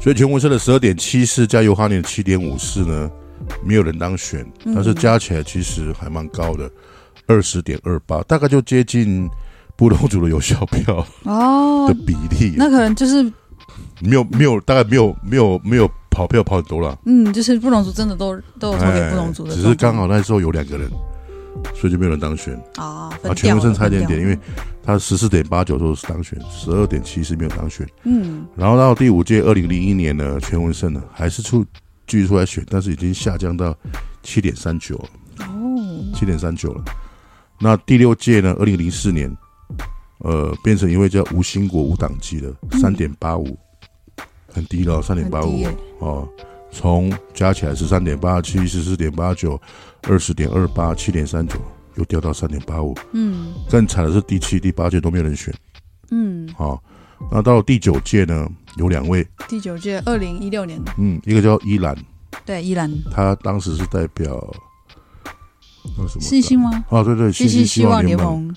[SPEAKER 2] 所以全文胜的十二点七四加尤哈尼的七点五四呢，没有人当选，
[SPEAKER 1] 嗯
[SPEAKER 2] 但是加起来其实还蛮高的，二十点二八，大概就接近布隆族的有效票
[SPEAKER 1] 哦
[SPEAKER 2] 的，比例，
[SPEAKER 1] 那可能就是，
[SPEAKER 2] 没有没有，大概没有没有没有跑票跑很多啦。
[SPEAKER 1] 嗯，就是布农族真的都都有投给布农族的，
[SPEAKER 2] 哎只是刚好那时候有两个人，所以就没有人当选
[SPEAKER 1] 啊，
[SPEAKER 2] 啊。
[SPEAKER 1] 分
[SPEAKER 2] 全
[SPEAKER 1] 掉
[SPEAKER 2] 文
[SPEAKER 1] 了
[SPEAKER 2] 胜差一点点，
[SPEAKER 1] 分掉
[SPEAKER 2] 因
[SPEAKER 1] 了
[SPEAKER 2] 为他十四点八九时候是当选，十二点七是没有当选。
[SPEAKER 1] 嗯，
[SPEAKER 2] 然后到第五届二零零一年呢，全文胜呢还是出继续出来选，但是已经下降到七点三九，
[SPEAKER 1] 哦，
[SPEAKER 2] 七点三九了。那第六届呢，二零零四年，呃，变成一位叫吴兴国无党籍的三点八五，很低了，三点
[SPEAKER 1] 嗯很
[SPEAKER 2] 八
[SPEAKER 1] 低
[SPEAKER 2] 五
[SPEAKER 1] 耶。
[SPEAKER 2] 哦，从加起来十三点八七、十四点八九、二十点二八、七点三九，又掉到三点八五。
[SPEAKER 1] 嗯
[SPEAKER 2] 更惨的是第七、第八届都没有人选
[SPEAKER 1] 嗯，
[SPEAKER 2] 啊、哦那到了第九届呢，有两位，
[SPEAKER 1] 第九届二零一六年，
[SPEAKER 2] 嗯，一个叫依兰，
[SPEAKER 1] 对，依然
[SPEAKER 2] 他当时是代表那什么
[SPEAKER 1] 信心吗？
[SPEAKER 2] 啊，对对，
[SPEAKER 1] 信
[SPEAKER 2] 信
[SPEAKER 1] 息
[SPEAKER 2] 希
[SPEAKER 1] 希
[SPEAKER 2] 望
[SPEAKER 1] 望
[SPEAKER 2] 联
[SPEAKER 1] 联
[SPEAKER 2] 盟，
[SPEAKER 1] 盟，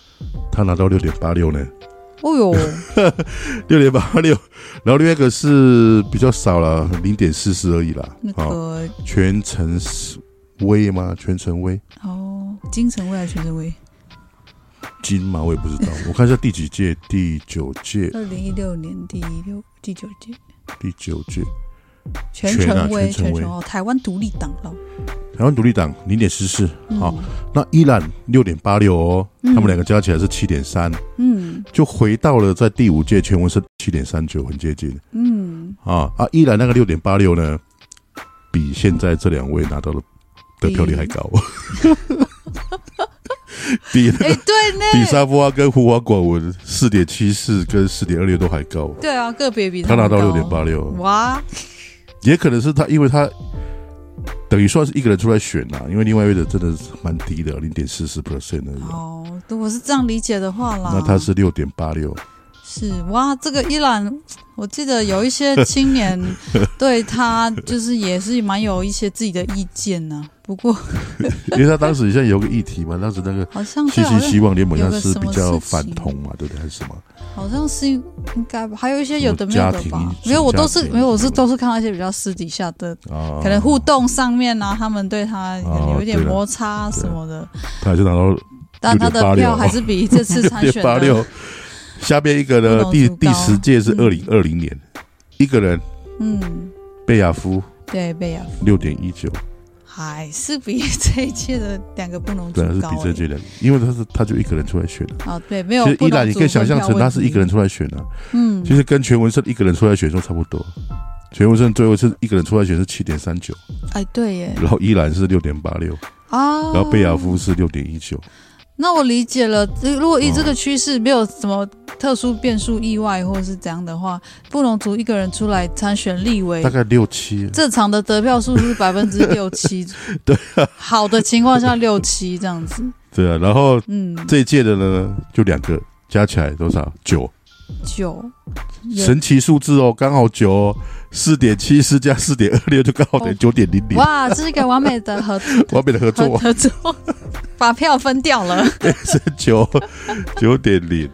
[SPEAKER 2] 他拿到六点八六呢，
[SPEAKER 1] 哦哟，
[SPEAKER 2] 六点八六，然后另外一个是比较少了，零点四四而已啦。
[SPEAKER 1] 那
[SPEAKER 2] 啊、
[SPEAKER 1] 个
[SPEAKER 2] 全程威吗？全程威
[SPEAKER 1] 哦，金城威还是全城威？
[SPEAKER 2] 金吗？我也不知道。我看一下第几届，第九届，
[SPEAKER 1] 二零一六年第六第九届
[SPEAKER 2] 第九届
[SPEAKER 1] 全
[SPEAKER 2] 全啊
[SPEAKER 1] 城威，
[SPEAKER 2] 全城
[SPEAKER 1] 全
[SPEAKER 2] 威
[SPEAKER 1] 城哦，台湾独立党了。
[SPEAKER 2] 台湾独立党零点四四，好
[SPEAKER 1] 嗯，
[SPEAKER 2] 那依然六点八六哦，
[SPEAKER 1] 嗯
[SPEAKER 2] 他们两个加起来是七点三，
[SPEAKER 1] 嗯
[SPEAKER 2] 就回到了在第五届全文是七点三九，很接近
[SPEAKER 1] 嗯，
[SPEAKER 2] 啊啊！依然那个六点八六呢，比现在这两位拿到的得票率还高， 比
[SPEAKER 1] 哎、对呢，
[SPEAKER 2] 比沙波娃跟胡娃广文四点七四跟四点二六都还高，
[SPEAKER 1] 对啊，个别比
[SPEAKER 2] 他拿
[SPEAKER 1] 们
[SPEAKER 2] 到
[SPEAKER 1] 高
[SPEAKER 2] 六点八六，
[SPEAKER 1] 哇，
[SPEAKER 2] 也可能是他，因为他等于算是一个人出来选啦、因为另外一位的真的是蛮低的，零点四四 percent 而已啊、
[SPEAKER 1] 哦，如果是这样理解的话啦，
[SPEAKER 2] 那他是六点八六，
[SPEAKER 1] 是哇，这个依然，我记得有一些青年 对他就是也是蛮有一些自己的意见呢、不过
[SPEAKER 2] 因为他当时现在有个议题嘛，当时那个
[SPEAKER 1] 好像
[SPEAKER 2] 七
[SPEAKER 1] 对，
[SPEAKER 2] 七
[SPEAKER 1] 好像
[SPEAKER 2] 希望联盟
[SPEAKER 1] 有
[SPEAKER 2] 他
[SPEAKER 1] 个
[SPEAKER 2] 是
[SPEAKER 1] 什
[SPEAKER 2] 比
[SPEAKER 1] 么
[SPEAKER 2] 较
[SPEAKER 1] 事
[SPEAKER 2] 反
[SPEAKER 1] 情
[SPEAKER 2] 同嘛，对不对？还是什么？
[SPEAKER 1] 好像是应该吧，还有一些有的没有的
[SPEAKER 2] 什么家
[SPEAKER 1] 吧
[SPEAKER 2] 庭，
[SPEAKER 1] 没有，我都
[SPEAKER 2] 什么家
[SPEAKER 1] 是
[SPEAKER 2] 庭
[SPEAKER 1] 没有，我是都是看到一些比较私底下的，
[SPEAKER 2] 啊，
[SPEAKER 1] 可能互动上面啊，他们对他可能有一点
[SPEAKER 2] 哦对了
[SPEAKER 1] 摩擦啊
[SPEAKER 2] 对
[SPEAKER 1] 什么的，
[SPEAKER 2] 他还是拿到
[SPEAKER 1] 但他的
[SPEAKER 2] 6.86
[SPEAKER 1] 票还是比这次参
[SPEAKER 2] 六
[SPEAKER 1] 选
[SPEAKER 2] 八
[SPEAKER 1] 的，
[SPEAKER 2] 六。下边一个
[SPEAKER 1] 不
[SPEAKER 2] 呢，
[SPEAKER 1] 懂
[SPEAKER 2] 第
[SPEAKER 1] 足
[SPEAKER 2] 第
[SPEAKER 1] 高
[SPEAKER 2] 十届是
[SPEAKER 1] 嗯
[SPEAKER 2] 二零二零年，一个人
[SPEAKER 1] 嗯，
[SPEAKER 2] 贝亚夫
[SPEAKER 1] 对，贝亚
[SPEAKER 2] 六点一九，
[SPEAKER 1] 还是比这一届的两个不能
[SPEAKER 2] 对，还是
[SPEAKER 1] 高
[SPEAKER 2] 比这
[SPEAKER 1] 欸
[SPEAKER 2] 届两，因为他是他就一个人出来选的。
[SPEAKER 1] 啊，对，没有
[SPEAKER 2] 其实
[SPEAKER 1] 不
[SPEAKER 2] 依然
[SPEAKER 1] 能
[SPEAKER 2] 你
[SPEAKER 1] 组
[SPEAKER 2] 可以想象
[SPEAKER 1] 分
[SPEAKER 2] 成
[SPEAKER 1] 票
[SPEAKER 2] 他
[SPEAKER 1] 问
[SPEAKER 2] 是一
[SPEAKER 1] 题
[SPEAKER 2] 个人，出来选的、啊，
[SPEAKER 1] 嗯，
[SPEAKER 2] 其实跟全文胜一个人出来选就差不多。全文胜最后是一个人出来选是七点三九，
[SPEAKER 1] 哎，对耶，
[SPEAKER 2] 然后依然是六点八六，
[SPEAKER 1] 啊，
[SPEAKER 2] 然后贝亚夫是六点一九，
[SPEAKER 1] 那我理解了，这如果以这个趋势，没有什么特殊变数、意外或者是怎样的话，布隆族一个人出来参选立委
[SPEAKER 2] 大，概六七。啊
[SPEAKER 1] 正常的得票数是百分之六七，
[SPEAKER 2] 对啊
[SPEAKER 1] 好的情况下六七这样子，
[SPEAKER 2] 对啊，然后
[SPEAKER 1] 嗯，
[SPEAKER 2] 这一届的呢就两个，加起来多少？九，
[SPEAKER 1] 九，也
[SPEAKER 2] 神奇数字哦，刚好九、哦，四点七四加四点二六就刚好等于九点零零，
[SPEAKER 1] 哦哇，这是一个完美的合
[SPEAKER 2] 完美的 合
[SPEAKER 1] 合
[SPEAKER 2] 作啊，
[SPEAKER 1] 合作，把票分掉 了，
[SPEAKER 2] 是九九点零。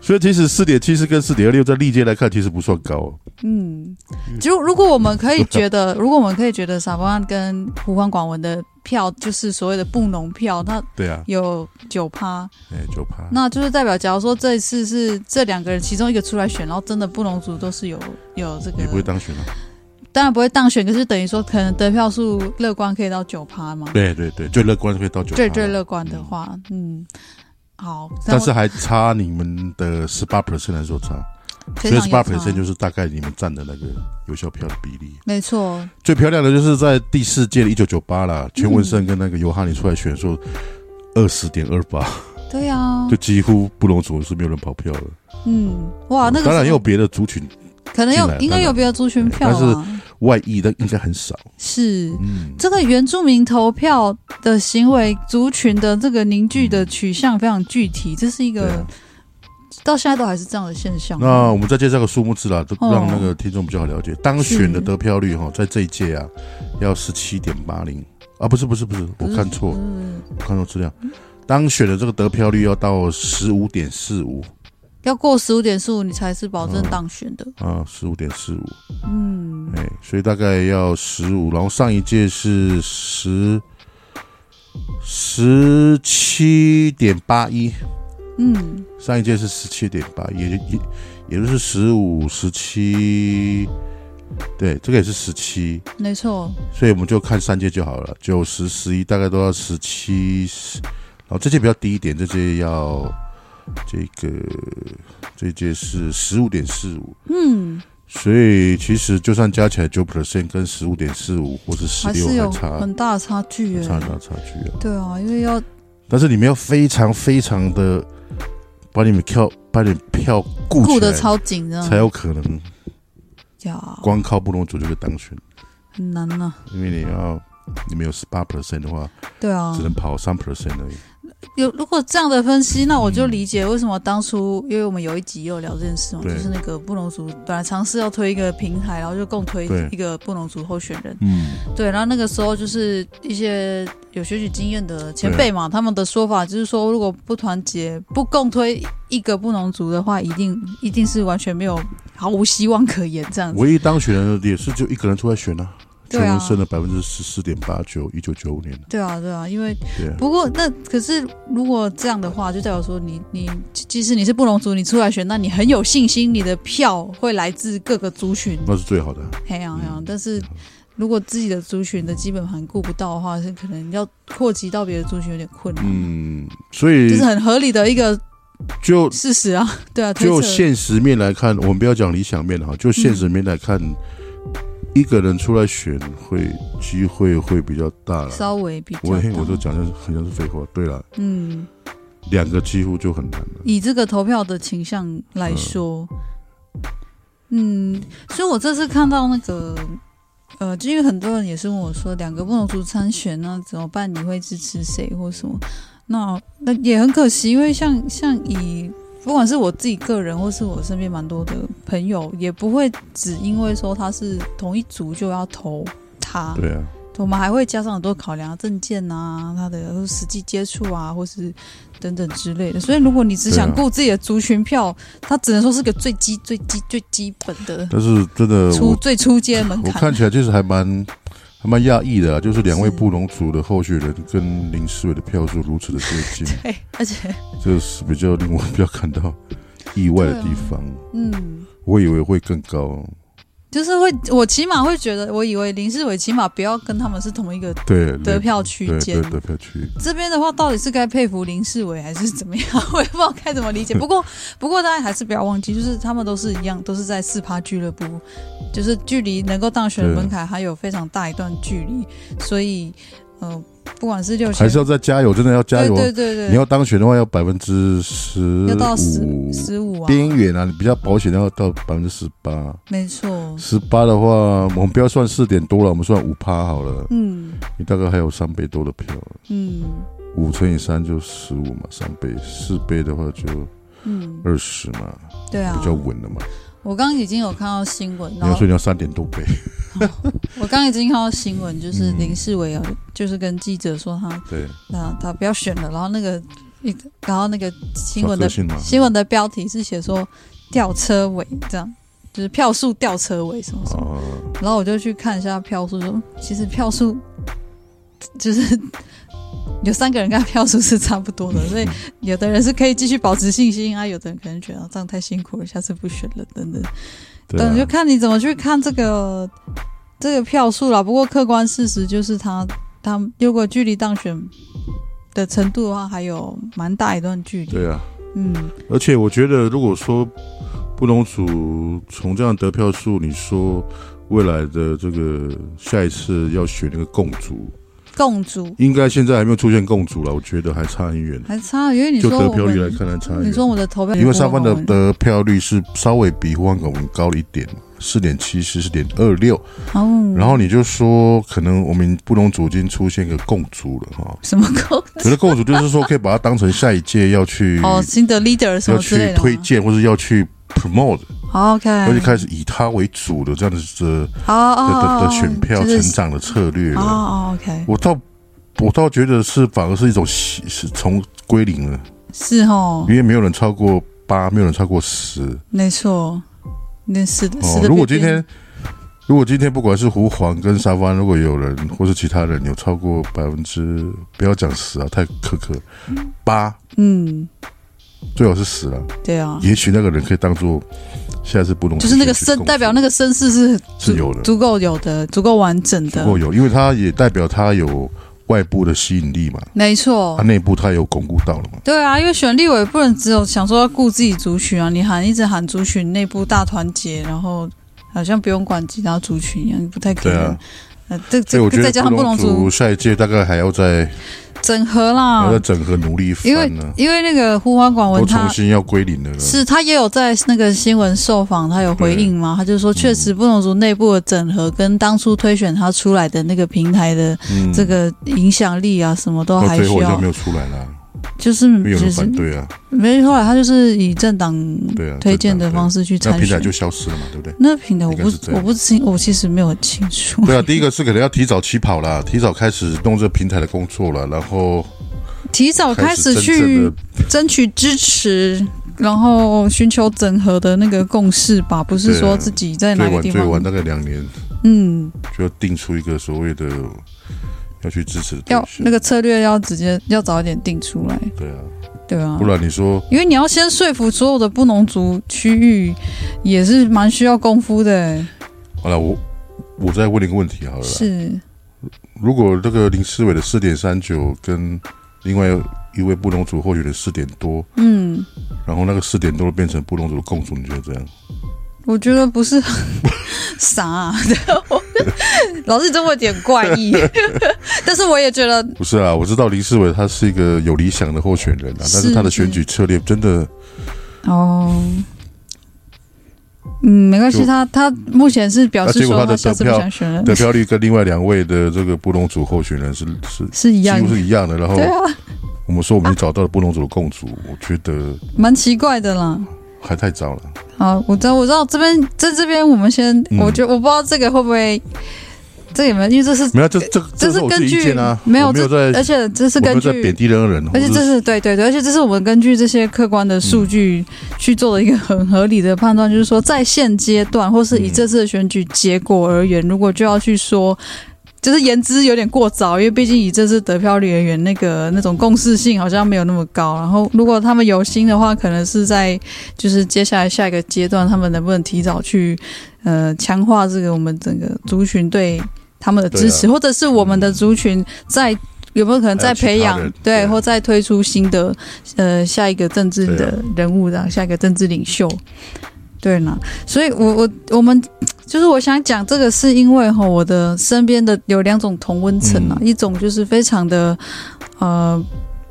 [SPEAKER 2] 所以其实四点七四跟四点二六在历届来看其实不算高哦，
[SPEAKER 1] 嗯，就如果我们可以觉得，如果我们可以觉得傻瓜跟胡欢广文的票就是所谓的布农票，那
[SPEAKER 2] 对啊，
[SPEAKER 1] 有九趴，
[SPEAKER 2] 哎九趴。
[SPEAKER 1] 那就是代表，假如说这一次是这两个人其中一个出来选，然后真的布农族都是有有这
[SPEAKER 2] 也不会
[SPEAKER 1] 个，
[SPEAKER 2] 当选啊。
[SPEAKER 1] 当然不会当选，可是等于说可能得票数乐观可以到九趴嘛，
[SPEAKER 2] 对对对，最乐观可以到九。
[SPEAKER 1] 最最乐观的话，嗯，好，
[SPEAKER 2] 但
[SPEAKER 1] 那
[SPEAKER 2] 是啊还差你们的十八 percent 来说差，
[SPEAKER 1] 我非
[SPEAKER 2] 所以
[SPEAKER 1] 常
[SPEAKER 2] 十
[SPEAKER 1] 有
[SPEAKER 2] 八
[SPEAKER 1] 差
[SPEAKER 2] percent 就是大概你们占的那个有效票的比例。
[SPEAKER 1] 没错，
[SPEAKER 2] 最漂亮的就是在第四届的一九九八啦，全文胜跟那个尤哈尼出来选说二十点二八，
[SPEAKER 1] 对啊
[SPEAKER 2] 就，几乎布隆族是没有人跑票了。
[SPEAKER 1] 嗯，哇，那个
[SPEAKER 2] 当然
[SPEAKER 1] 时
[SPEAKER 2] 也
[SPEAKER 1] 候
[SPEAKER 2] 有别的族群
[SPEAKER 1] 可能有
[SPEAKER 2] 进来了
[SPEAKER 1] 应该有别的族群票
[SPEAKER 2] 但是
[SPEAKER 1] 啊，
[SPEAKER 2] 外溢，但应该很少。
[SPEAKER 1] 是。
[SPEAKER 2] 嗯，
[SPEAKER 1] 这个原住民投票的行为，族群的这个凝聚的取向非常具体，这是一
[SPEAKER 2] 对
[SPEAKER 1] 个、
[SPEAKER 2] 啊。
[SPEAKER 1] 到现在都还是这样的现象。
[SPEAKER 2] 那我们再介绍个数目字啦，都
[SPEAKER 1] 哦嗯
[SPEAKER 2] 让那个听众比较好了解。当选的
[SPEAKER 1] 是
[SPEAKER 2] 得票率哈，在这一届啊，要十七点八零啊，不是不是不是，我看错了，
[SPEAKER 1] 嗯，
[SPEAKER 2] 我看错资料。当选的这个得票率要到十五点四五
[SPEAKER 1] 要过十五点四五，你才是保证当选的。
[SPEAKER 2] 啊，十五点四五，
[SPEAKER 1] 嗯，
[SPEAKER 2] 哎，所以大概要十五，然后上一届是十十七点八一，
[SPEAKER 1] 嗯，
[SPEAKER 2] 上一届是十七点八，也也也就是十五十七，对，这个也是十七，
[SPEAKER 1] 没错，
[SPEAKER 2] 所以我们就看三届就好了，九十十一大概都要十七，10然后这届比较低一点，这届要这个这届是十五点四五，
[SPEAKER 1] 嗯，
[SPEAKER 2] 所以其实就算加起来九 percent 跟十五点四五或是十
[SPEAKER 1] 还
[SPEAKER 2] 六
[SPEAKER 1] 是有
[SPEAKER 2] 还差
[SPEAKER 1] 很大的差距耶。
[SPEAKER 2] 差很大差距啊。
[SPEAKER 1] 对啊，因为要
[SPEAKER 2] 但是你们要非常非常的把你们票把你们票顾
[SPEAKER 1] 顾
[SPEAKER 2] 起
[SPEAKER 1] 得
[SPEAKER 2] 来，
[SPEAKER 1] 超紧这
[SPEAKER 2] 才
[SPEAKER 1] 样
[SPEAKER 2] 有可能
[SPEAKER 1] 呀，
[SPEAKER 2] 光靠布隆族就会当选，
[SPEAKER 1] 很难呐、
[SPEAKER 2] 因为你要你们有十八 percent 的话，
[SPEAKER 1] 对啊
[SPEAKER 2] 只，能跑三 percent 而已。
[SPEAKER 1] 有如果这样的分析，那我就
[SPEAKER 2] 嗯
[SPEAKER 1] 理解为什么当初，因为我们有一集也有聊这件事嘛，就
[SPEAKER 2] 对
[SPEAKER 1] 是那个布农族本来尝试要推一个平台，然后就共推
[SPEAKER 2] 对
[SPEAKER 1] 一个布农族候选人。
[SPEAKER 2] 嗯，
[SPEAKER 1] 对，然后那个时候就是一些有学习经验的前辈嘛，他们的说法就是说，如果不团结、不共推一个布农族的话，一定一定是完全没有毫无希望可言这样子。
[SPEAKER 2] 唯一当选的也是就一个人出来选啊，全
[SPEAKER 1] 对啊
[SPEAKER 2] 文升了百分之十四点八九，一九九五年，
[SPEAKER 1] 对啊，对啊，因为
[SPEAKER 2] 对啊，
[SPEAKER 1] 不过那可是如果这样的话，就代表说你你即即使你是布农族，你出来选，那你很有信心，你的票会来自各个族群。
[SPEAKER 2] 那是最好的啊。
[SPEAKER 1] 培养培养，但是如果自己的族群的基本盘顾不到的话，是可能要扩及到别的族群有点困难。
[SPEAKER 2] 嗯，所
[SPEAKER 1] 这
[SPEAKER 2] 以
[SPEAKER 1] 是很合理的一个
[SPEAKER 2] 就
[SPEAKER 1] 事实啊，对啊，推
[SPEAKER 2] 就
[SPEAKER 1] 测
[SPEAKER 2] 现实面来看，我们不要讲理想面了哈，就现实面来看，一个人出来选会机会会比较大了。
[SPEAKER 1] 稍微比较
[SPEAKER 2] 我
[SPEAKER 1] 大
[SPEAKER 2] 我都讲的很像是废话。对了，
[SPEAKER 1] 嗯，
[SPEAKER 2] 两个几乎就很难了。
[SPEAKER 1] 以这个投票的倾向来说，嗯，所以我这次看到那个，呃，就因为很多人也是问我说，两个不同族参选那怎么办？你会支持谁或什么？那那也很可惜，因为像像以不管是我自己个人，或是我身边蛮多的朋友，也不会只因为说他是同一族就要投他。
[SPEAKER 2] 对啊，
[SPEAKER 1] 我们还会加上很多考量，证件啊，他的实际接触啊，或是等等之类的。所以，如果你只想顾自己的族群票，它只能说是个最基、最基、最基本的
[SPEAKER 2] 但是真的
[SPEAKER 1] 初
[SPEAKER 2] 我
[SPEAKER 1] 最初阶的门
[SPEAKER 2] 我
[SPEAKER 1] 槛
[SPEAKER 2] 看。起来其实还蛮还蛮讶异
[SPEAKER 1] 嗯
[SPEAKER 2] 的啊，就是两位
[SPEAKER 1] 是
[SPEAKER 2] 布农族的候选人跟林思伟的票数如此的接近，
[SPEAKER 1] 对，而且，
[SPEAKER 2] 这是比较令我比较感到意外的地方。
[SPEAKER 1] 嗯，
[SPEAKER 2] 我以为会更高，
[SPEAKER 1] 就是会，我起码会觉得，我以为林世伟起码不要跟他们是同一个
[SPEAKER 2] 对
[SPEAKER 1] 得
[SPEAKER 2] 对
[SPEAKER 1] 票区
[SPEAKER 2] 对
[SPEAKER 1] 间
[SPEAKER 2] 对。得票区，
[SPEAKER 1] 这边的话，到底是该佩服林世伟还是怎么样？我也不知道该怎么理解。不过， 不过大家还是不要忘记，就是他们都是一样，都是在四趴俱乐部，就是距离能够当选的门槛还有非常大一段距离。所以，呃，不管是六千
[SPEAKER 2] 还，是要再加油，真的要加
[SPEAKER 1] 对
[SPEAKER 2] 油啊。
[SPEAKER 1] 对对
[SPEAKER 2] 你
[SPEAKER 1] 对，
[SPEAKER 2] 要当选的话，要百分之十
[SPEAKER 1] 要到十
[SPEAKER 2] 五
[SPEAKER 1] 十五啊，
[SPEAKER 2] 边缘啊，你比较保险的要到百分之十八。
[SPEAKER 1] 没错，
[SPEAKER 2] 十八的话，我们不要算四点多了，我们算五趴好了。
[SPEAKER 1] 嗯
[SPEAKER 2] 你大概还有三倍多的票，
[SPEAKER 1] 嗯
[SPEAKER 2] 五乘以三就十五嘛，三倍；四倍的话就
[SPEAKER 1] 嗯，
[SPEAKER 2] 二十嘛，
[SPEAKER 1] 对啊
[SPEAKER 2] 比。较稳了嘛。
[SPEAKER 1] 我刚刚已经有看到新闻，
[SPEAKER 2] 你
[SPEAKER 1] 然
[SPEAKER 2] 要
[SPEAKER 1] 后
[SPEAKER 2] 说你要三点多倍，
[SPEAKER 1] 我刚刚已经看到新闻，就是
[SPEAKER 2] 嗯
[SPEAKER 1] 林世伟啊，就是跟记者说他
[SPEAKER 2] 对，
[SPEAKER 1] 那他不要选了。然后那个一，然后那个新
[SPEAKER 2] 耍
[SPEAKER 1] 闻的
[SPEAKER 2] 个性嘛。
[SPEAKER 1] 新闻的标题是写说吊车尾，这样就是票数吊车尾什么什么。
[SPEAKER 2] 啊，
[SPEAKER 1] 然后我就去看一下票数，说其实票数就是 有三个人跟他票数是差不多的，所以有的人是可以继续保持信心啊，有的人可能觉得、啊这样太辛苦了，下次不选了等等。
[SPEAKER 2] 对
[SPEAKER 1] 等就
[SPEAKER 2] 啊，
[SPEAKER 1] 看你怎么去看这个这个票数啦。不过客观事实就是他，他如果距离当选的程度的话，还有蛮大一段距离。
[SPEAKER 2] 对啊。
[SPEAKER 1] 嗯，
[SPEAKER 2] 而且我觉得，如果说布隆族从这样得票数，你说未来的这个下一次要选那个共主，
[SPEAKER 1] 共主
[SPEAKER 2] 应该现在还没有出现共主了，我觉得还差很远。
[SPEAKER 1] 还差，因为你
[SPEAKER 2] 就
[SPEAKER 1] 说
[SPEAKER 2] 得
[SPEAKER 1] 我
[SPEAKER 2] 票率来
[SPEAKER 1] 们，
[SPEAKER 2] 看，还差很
[SPEAKER 1] 你
[SPEAKER 2] 远。
[SPEAKER 1] 说我们的投票，
[SPEAKER 2] 因为上半的得票率是稍微比万港文高了一点，四点七四、四点二六。
[SPEAKER 1] 哦，
[SPEAKER 2] 然后你就说，可能我们布隆族已经出现一个共主了哈。
[SPEAKER 1] 什么共
[SPEAKER 2] 可是共主就是说，可以把它当成下一届要去、
[SPEAKER 1] 哦，新的 leader 什
[SPEAKER 2] 要
[SPEAKER 1] 么之类
[SPEAKER 2] 去
[SPEAKER 1] 的
[SPEAKER 2] 推
[SPEAKER 1] 吗。嗯
[SPEAKER 2] 荐，或是要去 promote，
[SPEAKER 1] 好 OK，
[SPEAKER 2] 而且开始以他为主的这样子的
[SPEAKER 1] 好哦
[SPEAKER 2] 的的
[SPEAKER 1] 哦
[SPEAKER 2] 的选票
[SPEAKER 1] 就
[SPEAKER 2] 成
[SPEAKER 1] 是
[SPEAKER 2] 长的策略
[SPEAKER 1] 哦
[SPEAKER 2] 了。
[SPEAKER 1] 哦 OK，
[SPEAKER 2] 我倒我倒觉得是反而是一种喜是从归零了，
[SPEAKER 1] 是哦
[SPEAKER 2] 因，为没有人超过八，没有人超过十。
[SPEAKER 1] 没错，那是的，是
[SPEAKER 2] 哦
[SPEAKER 1] 的。，
[SPEAKER 2] 如果今天，如果今天不管是胡黄跟沙湾，如果有人或是其他人有超过百分之，不要讲十啊，太苛刻，八
[SPEAKER 1] 嗯，
[SPEAKER 2] 最好是十啊，
[SPEAKER 1] 对啊，
[SPEAKER 2] 也许那个人可以当做下次不能
[SPEAKER 1] 就是那个绅代表那个绅士是
[SPEAKER 2] 是有的，
[SPEAKER 1] 足够有的，足够完整
[SPEAKER 2] 足
[SPEAKER 1] 的，
[SPEAKER 2] 够有，因为他也代表他有外部的吸引力嘛，
[SPEAKER 1] 没错。
[SPEAKER 2] 他内部他有巩固到了嘛，
[SPEAKER 1] 对啊，因为选立委不能只有想说要顾自己族群啊，你喊一直喊族群内部大团结，然后好像不用管其他族群一样，不太可
[SPEAKER 2] 对
[SPEAKER 1] 能。
[SPEAKER 2] 啊，
[SPEAKER 1] 呃，这
[SPEAKER 2] 所以
[SPEAKER 1] 这
[SPEAKER 2] 我觉
[SPEAKER 1] 再
[SPEAKER 2] 得
[SPEAKER 1] 加上不
[SPEAKER 2] 布
[SPEAKER 1] 同
[SPEAKER 2] 隆
[SPEAKER 1] 族
[SPEAKER 2] 族下一届大概还要再
[SPEAKER 1] 整合
[SPEAKER 2] 还
[SPEAKER 1] 啦
[SPEAKER 2] 要再，整合努力一
[SPEAKER 1] 因为
[SPEAKER 2] 番呢，
[SPEAKER 1] 因为那个胡华广
[SPEAKER 2] 都
[SPEAKER 1] 文
[SPEAKER 2] 重
[SPEAKER 1] 他
[SPEAKER 2] 新要归零了呢，
[SPEAKER 1] 是他也有在那个新闻受访，他有回应
[SPEAKER 2] 嗯
[SPEAKER 1] 嘛？他就说，确实不同族内部的整合跟当初推选他出来的那个平台的
[SPEAKER 2] 嗯
[SPEAKER 1] 这个影响力啊，什么都
[SPEAKER 2] 到
[SPEAKER 1] 还
[SPEAKER 2] 最
[SPEAKER 1] 需
[SPEAKER 2] 后就
[SPEAKER 1] 要
[SPEAKER 2] 没有出来了。
[SPEAKER 1] 就是
[SPEAKER 2] 没有
[SPEAKER 1] 只
[SPEAKER 2] 人
[SPEAKER 1] 是
[SPEAKER 2] 反对啊，
[SPEAKER 1] 没后来他就是以政党
[SPEAKER 2] 对啊，
[SPEAKER 1] 推荐
[SPEAKER 2] 政
[SPEAKER 1] 的
[SPEAKER 2] 党
[SPEAKER 1] 方式去
[SPEAKER 2] 对那
[SPEAKER 1] 参
[SPEAKER 2] 平台
[SPEAKER 1] 选？
[SPEAKER 2] 就。消失了嘛，对不 对
[SPEAKER 1] 那平台我
[SPEAKER 2] 应该
[SPEAKER 1] 不
[SPEAKER 2] 是这样
[SPEAKER 1] 我不清，我其实没有很清楚。
[SPEAKER 2] 对啊，第一个是可能要提早起跑啦，提早开始弄这平台的工作了，然后
[SPEAKER 1] 提早哦开
[SPEAKER 2] 始
[SPEAKER 1] 始
[SPEAKER 2] 真正
[SPEAKER 1] 去
[SPEAKER 2] 的
[SPEAKER 1] 争取支持，然后寻求整合的那个共识吧，不是
[SPEAKER 2] 对啊
[SPEAKER 1] 说自己在哪
[SPEAKER 2] 最
[SPEAKER 1] 个地
[SPEAKER 2] 晚最
[SPEAKER 1] 方
[SPEAKER 2] 晚。大概两年
[SPEAKER 1] 嗯，
[SPEAKER 2] 就要定出一个所谓的要去支持的对
[SPEAKER 1] 要
[SPEAKER 2] 象
[SPEAKER 1] 那个策略要直接要早一点定出来，
[SPEAKER 2] 对啊，
[SPEAKER 1] 对啊
[SPEAKER 2] 不。然你说
[SPEAKER 1] 因为你要先说服所有的布农族区域，也是蛮需要功夫的、
[SPEAKER 2] 好了，我我再问你一个问题好了啦，
[SPEAKER 1] 是
[SPEAKER 2] 如果这个林思伟的四点三九跟另外一位布农族获取的四点多，
[SPEAKER 1] 嗯，
[SPEAKER 2] 然后那个四点多变成布农族的共主，你觉得这样？
[SPEAKER 1] 我觉得不是很傻、啊，老是这么点怪 异，但是我也觉得
[SPEAKER 2] 不是啊，我知道林思伟他是一个有理想的候选人啊，但是
[SPEAKER 1] 是
[SPEAKER 2] 他的选举策略真的
[SPEAKER 1] 哦。嗯，没关系，
[SPEAKER 2] 就
[SPEAKER 1] 他他目前是表
[SPEAKER 2] 啊
[SPEAKER 1] 示
[SPEAKER 2] 结果
[SPEAKER 1] 说
[SPEAKER 2] 他的
[SPEAKER 1] 下次
[SPEAKER 2] 得
[SPEAKER 1] 不
[SPEAKER 2] 票
[SPEAKER 1] 想选了，
[SPEAKER 2] 得票率跟另外两位的这个布农族候选人是是
[SPEAKER 1] 是一
[SPEAKER 2] 几
[SPEAKER 1] 样
[SPEAKER 2] 乎
[SPEAKER 1] 的，
[SPEAKER 2] 是一样的。然后
[SPEAKER 1] 对啊，
[SPEAKER 2] 我们说我们找到了布农族的共主，我觉得
[SPEAKER 1] 蛮奇怪的啦。
[SPEAKER 2] 还太早了。
[SPEAKER 1] 好，我知道，我知道这边在这边，我们先，
[SPEAKER 2] 嗯
[SPEAKER 1] 我觉得我不知道这个会不会，这有没有？因为这是，
[SPEAKER 2] 没有，啊这这
[SPEAKER 1] 这
[SPEAKER 2] 是
[SPEAKER 1] 是
[SPEAKER 2] 我自
[SPEAKER 1] 根
[SPEAKER 2] 己意
[SPEAKER 1] 据
[SPEAKER 2] 见啊，
[SPEAKER 1] 没有
[SPEAKER 2] 我没有在，
[SPEAKER 1] 而且这是
[SPEAKER 2] 我
[SPEAKER 1] 根
[SPEAKER 2] 没有在贬
[SPEAKER 1] 据，
[SPEAKER 2] 低任何人，
[SPEAKER 1] 而且
[SPEAKER 2] 我
[SPEAKER 1] 这
[SPEAKER 2] 只
[SPEAKER 1] 是对对对，而且这是我们根据这些客观的数据去做的一个很合理的判断，就是说在现阶段，或是以
[SPEAKER 2] 嗯
[SPEAKER 1] 这次的选举结果而言，如果就要去说。就是言之有点过早，因为毕竟以这次得票率而言，那个那种共识性好像没有那么高。然后，如果他们有心的话，可能是在就是接下来下一个阶段，他们能不能提早去呃强化这个我们整个族群对他们的支持，或者是我们的族群在有没有可能
[SPEAKER 2] 还
[SPEAKER 1] 再
[SPEAKER 2] 有其他
[SPEAKER 1] 培养
[SPEAKER 2] 人对啊
[SPEAKER 1] 对，或再推出新的呃下一个政治
[SPEAKER 2] 对啊
[SPEAKER 1] 的人物，然后下一个政治领袖，对啦。所以我我我们就是我想讲这个，是因为哈，我的身边的有两种同温层
[SPEAKER 2] 嗯
[SPEAKER 1] 啊，一种就是非常的呃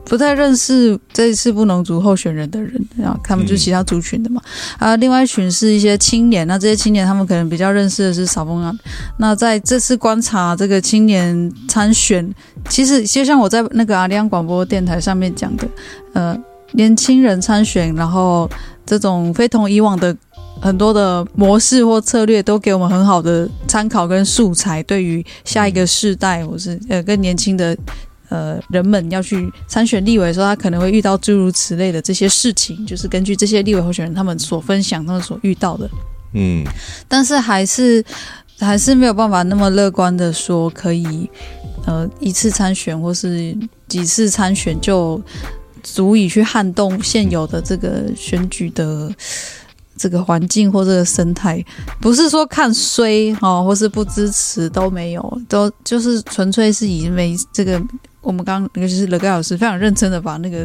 [SPEAKER 1] 不太认识这一次布农族候选人的人，然后他们就是其他族群的嘛，啊，另外一群是一些青年，那这些青年他们可能比较认识的是少崩啊。那在这次观察这个青年参选，其实就像我在那个阿里安广播电台上面讲的，呃，年轻人参选，然后这种非同以往的很多的模式或策略，都给我们很好的参考跟素材，对于下一个世代，或是呃更年轻的。呃，人们要去参选立委的时候，他可能会遇到诸如此类的这些事情，就是根据这些立委候选人他们所分享、他们所遇到的，
[SPEAKER 2] 嗯，
[SPEAKER 1] 但是还是还是没有办法那么乐观的说可以，呃，一次参选或是几次参选就足以去撼动现有的这个选举的这个环境或这个生态。不是说看衰哦，或是不支持都没有，都就是纯粹是以每这个我们刚那个就是乐盖老师非常认真的把那个。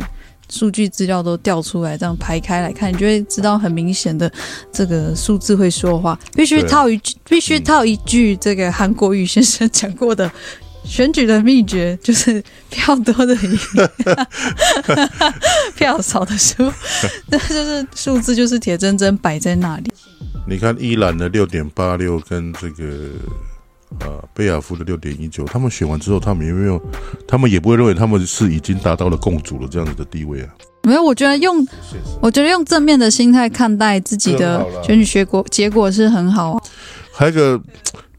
[SPEAKER 1] 数据资料都调出来，这样排开来看，你就会知道很明显的这个数字会说话，必须
[SPEAKER 2] 对
[SPEAKER 1] 套一句，必须套一句这个韩国瑜先生讲过的选举的秘诀，就是票多的赢，票少的输， 那就是数字就是铁铮铮摆在那里。
[SPEAKER 2] 你看伊朗的六点八六跟这个呃贝尔夫的六点一九，他们选完之后，他们有没有？他们也不会认为他们是已经达到了共主了这样子的地位啊。
[SPEAKER 1] 没有，我觉得用我觉得用正面的心态看待自己
[SPEAKER 2] 这很
[SPEAKER 1] 的
[SPEAKER 2] 好啦
[SPEAKER 1] 选举结果结果是很好啊。
[SPEAKER 2] 还有一个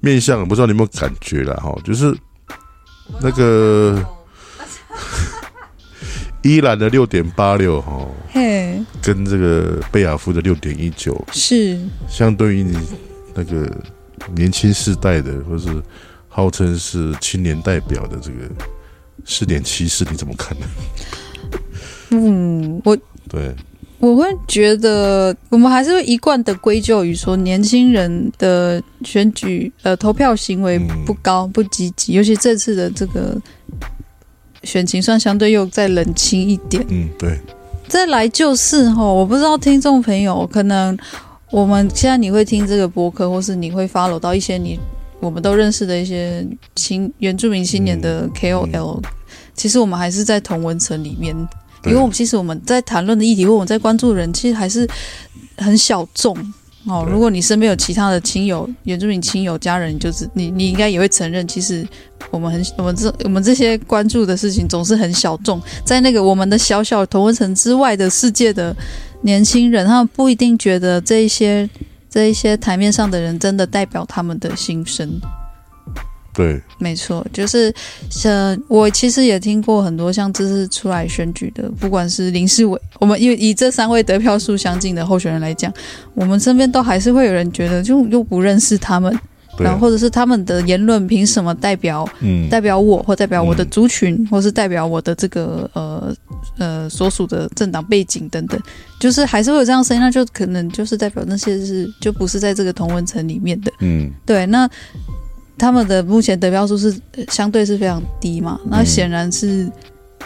[SPEAKER 2] 面相，不知道你有没有感觉啦？哈，就是那个伊朗的六点八六哈，
[SPEAKER 1] 嘿，
[SPEAKER 2] 跟这个贝尔夫的六点一九，
[SPEAKER 1] 是
[SPEAKER 2] 相对于你那个年轻世代的，或是号称是青年代表的这个四点七四，你怎么看呢？
[SPEAKER 1] 嗯，我
[SPEAKER 2] 对，
[SPEAKER 1] 我会觉得，我们还是会一贯的归咎于说，年轻人的选举呃投票行为
[SPEAKER 2] 嗯
[SPEAKER 1] 不高、不积极，尤其这次的这个选情算相对又再冷清一点。
[SPEAKER 2] 嗯，对，
[SPEAKER 1] 再来就是哈，我不知道听众朋友可能我们现在你会听这个博客，或是你会 follow 到一些你我们都认识的一些青原住民青年
[SPEAKER 2] 嗯
[SPEAKER 1] 的嗯 KOL，、其实我们还是在同文层里面，
[SPEAKER 2] 对
[SPEAKER 1] 因为我们其实我们在谈论的议题或我们在关注的人，其实还是很小众。哦，
[SPEAKER 2] 对
[SPEAKER 1] 如果你身边有其他的亲友、原住民亲友、家人，你就是你，你应该也会承认，其实我们很我们这我们这些关注的事情总是很小众，在那个我们的小小同温层之外的世界的年轻人，他们不一定觉得这一些这一些台面上的人真的代表他们的心声。
[SPEAKER 2] 对，
[SPEAKER 1] 没错，就是呃，我其实也听过很多像这次出来选举的，不管是林世伟，我们因为以这三位得票数相近的候选人来讲，我们身边都还是会有人觉得就又不认识他们，
[SPEAKER 2] 对
[SPEAKER 1] 然后或者是他们的言论凭什么代表
[SPEAKER 2] 嗯，
[SPEAKER 1] 代表我，或代表我的
[SPEAKER 2] 嗯
[SPEAKER 1] 族群，或是代表我的这个呃呃所属的政党背景等等，就是还是会有这样的声音，那就可能就是代表那些是就不是在这个同文层里面的。
[SPEAKER 2] 嗯，
[SPEAKER 1] 对，那他们的目前得票数是呃相对是非常低嘛，
[SPEAKER 2] 嗯
[SPEAKER 1] 那显然是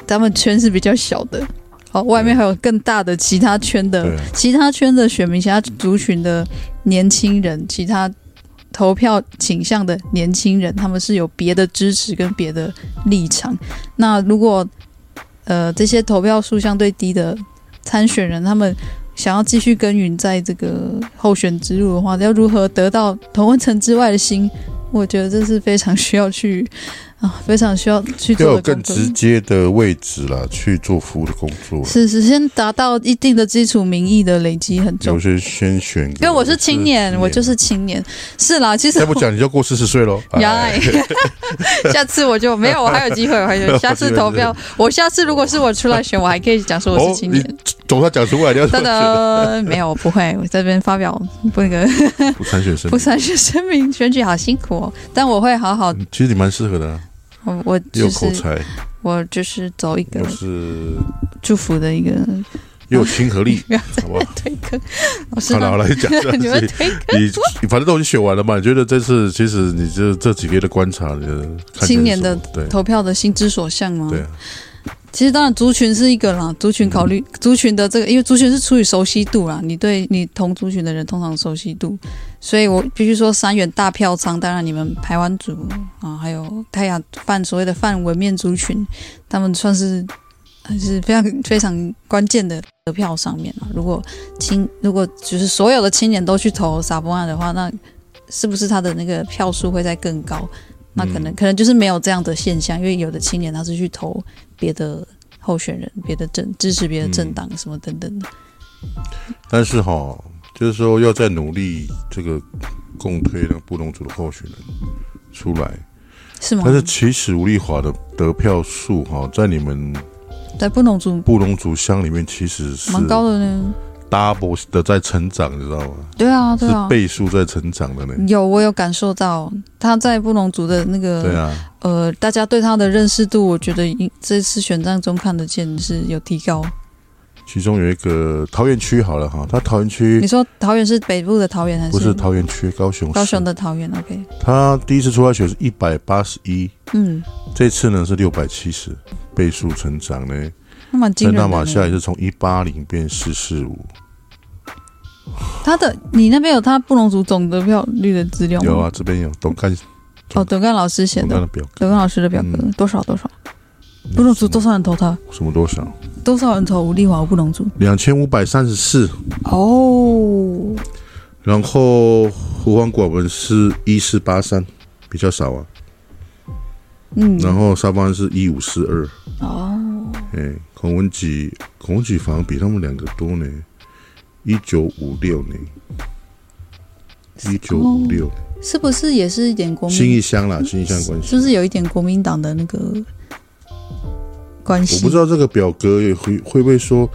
[SPEAKER 1] 他们圈是比较小的。好，外面还有更大的其他圈的
[SPEAKER 2] 对、
[SPEAKER 1] 其他圈的选民、其他族群的年轻人、其他投票倾向的年轻人，他们是有别的支持跟别的立场。那如果呃这些投票数相对低的参选人，他们想要继续耕耘在这个候选之路的话，要如何得到同温层之外的心？我觉得这是非常需要去啊， 非常需要去
[SPEAKER 2] 要
[SPEAKER 1] 做
[SPEAKER 2] 有
[SPEAKER 1] 的
[SPEAKER 2] 更
[SPEAKER 1] 工作。
[SPEAKER 2] 直接的位置啦，去做服务的工作啦。
[SPEAKER 1] 是是，先达到一定的基础民意的累积很重
[SPEAKER 2] 有
[SPEAKER 1] 要。
[SPEAKER 2] 些先选个，
[SPEAKER 1] 因为我是青年，我就是是青年，是啦。其实
[SPEAKER 2] 再 不讲你就过四十岁喽。
[SPEAKER 1] 呀，
[SPEAKER 2] 哎
[SPEAKER 1] 哎 下次我就没有，我还有机会，我 还有下次投票。我下次如果是我出来选，我还可以讲说我
[SPEAKER 2] 哦
[SPEAKER 1] 是，青
[SPEAKER 2] 你
[SPEAKER 1] 年。
[SPEAKER 2] 总算讲出 来，你要
[SPEAKER 1] 噔噔，没有，我不会，我这边发表不那个
[SPEAKER 2] 不参选生
[SPEAKER 1] 不，参选声明，选举好辛苦哦。但我会好好，
[SPEAKER 2] 嗯其实你蛮适合的啊，
[SPEAKER 1] 我我
[SPEAKER 2] 又
[SPEAKER 1] 就
[SPEAKER 2] 有口
[SPEAKER 1] 是
[SPEAKER 2] 才，
[SPEAKER 1] 我就是走一个
[SPEAKER 2] 又是
[SPEAKER 1] 祝福的一个
[SPEAKER 2] 又有亲 和力，好不好？
[SPEAKER 1] 推 坑。老师
[SPEAKER 2] 好，了好了，你讲 这
[SPEAKER 1] 哦你
[SPEAKER 2] 样
[SPEAKER 1] 们
[SPEAKER 2] 子，
[SPEAKER 1] 推坑
[SPEAKER 2] 你你反正都已经选完了嘛？你觉得这次其实你这这几个月的观察，你觉得看见
[SPEAKER 1] 青年的
[SPEAKER 2] 什么对
[SPEAKER 1] 投票的心之所向吗？
[SPEAKER 2] 对啊，
[SPEAKER 1] 其实当然，族群是一个啦，族群考虑族群的这个，因为族群是出于熟悉度啦，你对你同族群的人通常熟悉度，所以我必须说三元大票仓，当然你们台湾族啊，还有泰雅泛所谓的泛文面族群，他们算是还是非常非常关键的得票上面啊。如果青如果就是所有的青年都去投撒波安的话，那是不是他的那个票数会再更高？那
[SPEAKER 2] 嗯
[SPEAKER 1] 可能、可能就是没有这样的现象，因为有的青年他是去投别的候选人、别的政支持别的政
[SPEAKER 2] 嗯
[SPEAKER 1] 党什么等等的。
[SPEAKER 2] 但是哈，就是说要再努力这个共推那个布隆族的候选人出来，
[SPEAKER 1] 是吗？
[SPEAKER 2] 但是其实吴丽华的得票数哈，在你们
[SPEAKER 1] 在布农族
[SPEAKER 2] 布隆族乡里面其实是
[SPEAKER 1] 蛮高的呢。
[SPEAKER 2] double 的在成长，你知道吗？
[SPEAKER 1] 对啊，对啊嗯
[SPEAKER 2] 是，倍数在成长的呢。
[SPEAKER 1] 有我有感受到他在布农族的那
[SPEAKER 2] 对
[SPEAKER 1] 个、
[SPEAKER 2] 啊，
[SPEAKER 1] 呃，大家对他的认识度，我觉得应这次选战中看得见是有提高。
[SPEAKER 2] 其中有一个桃园区好了哈，他桃园
[SPEAKER 1] 你
[SPEAKER 2] 区
[SPEAKER 1] 说桃园是北部的桃园还
[SPEAKER 2] 嗯不是桃园区，高雄市
[SPEAKER 1] 高雄的桃园？OK，
[SPEAKER 2] 他第一次出来选是一百八十一，
[SPEAKER 1] 嗯，
[SPEAKER 2] 这次呢是六百七十，倍数成长呢。
[SPEAKER 1] 那蛮惊
[SPEAKER 2] 在
[SPEAKER 1] 人的
[SPEAKER 2] 纳
[SPEAKER 1] 呢。
[SPEAKER 2] 马夏也是从一八零变四四五，
[SPEAKER 1] 他的你那边有他布农族总得票率的资料吗？
[SPEAKER 2] 有啊，这边有董干
[SPEAKER 1] 哦，德干老师写
[SPEAKER 2] 董
[SPEAKER 1] 的
[SPEAKER 2] 干的，表格，
[SPEAKER 1] 德干老师的表格、
[SPEAKER 2] 嗯
[SPEAKER 1] 多少多少？布农族多
[SPEAKER 2] 什
[SPEAKER 1] 少人投他？
[SPEAKER 2] 么什么多少？
[SPEAKER 1] 多少人投吴丽华布农族？
[SPEAKER 2] 两千五百三十四，
[SPEAKER 1] 哦，
[SPEAKER 2] 然后湖黄广文是一四八三，比较少啊。
[SPEAKER 1] 嗯，
[SPEAKER 2] 然后沙巴是一五四二，
[SPEAKER 1] 哦，
[SPEAKER 2] 哎，孔文吉，孔文吉反而比他们两个多呢，一九五六呢，一九五六，
[SPEAKER 1] 是不是也是一点国
[SPEAKER 2] 新
[SPEAKER 1] 民？
[SPEAKER 2] 义乡啦，新义乡关系
[SPEAKER 1] 是。不是有一点国民党的那个关系？
[SPEAKER 2] 我不知道这个表格也会会不会说，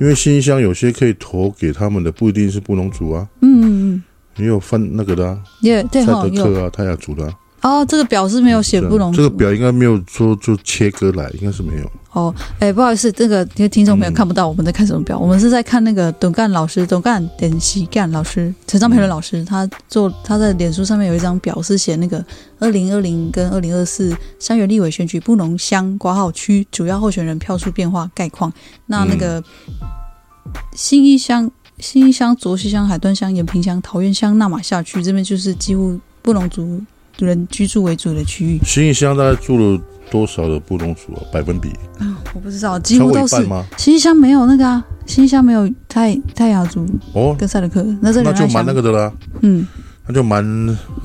[SPEAKER 2] 因为新义乡有些可以投给他们的，不一定是布农族啊，
[SPEAKER 1] 嗯，嗯，嗯
[SPEAKER 2] 也有犯那个的啊，
[SPEAKER 1] 也对
[SPEAKER 2] 赛
[SPEAKER 1] 哈，
[SPEAKER 2] 德
[SPEAKER 1] 有
[SPEAKER 2] 克啊，泰雅族的、啊。
[SPEAKER 1] 哦，这个表是没有写布农
[SPEAKER 2] 嗯啊这
[SPEAKER 1] 族
[SPEAKER 2] 个表应该没有说就切割来，应该是没有。
[SPEAKER 1] 哦，哎、不好意思，这个因为听众朋友
[SPEAKER 2] 嗯
[SPEAKER 1] 看不到我们在看什么表，我们是在看那个董干老师、董干点西干老师、陈章培伦老师，他做他在脸书上面有一张表是写那个二零二零跟二零二四三元立委选举布农乡挂号区主要候选人票数变化概况。那那个
[SPEAKER 2] 嗯
[SPEAKER 1] 新义乡、新义乡、卓溪乡、海端乡、延平乡、桃园乡、纳马下区这边就是几乎布农族人居住为主的区域。
[SPEAKER 2] 行李箱大概住了多少的布农族啊？百分比
[SPEAKER 1] 我不知道，几
[SPEAKER 2] 超
[SPEAKER 1] 乎
[SPEAKER 2] 过
[SPEAKER 1] 都
[SPEAKER 2] 一半
[SPEAKER 1] 是。
[SPEAKER 2] 吗？
[SPEAKER 1] 新乡没有那个啊，新乡没有泰泰雅族
[SPEAKER 2] 哦，
[SPEAKER 1] 跟赛德克，那这
[SPEAKER 2] 那
[SPEAKER 1] 两
[SPEAKER 2] 就蛮那
[SPEAKER 1] 个，
[SPEAKER 2] 个的啦，
[SPEAKER 1] 嗯，
[SPEAKER 2] 那就蛮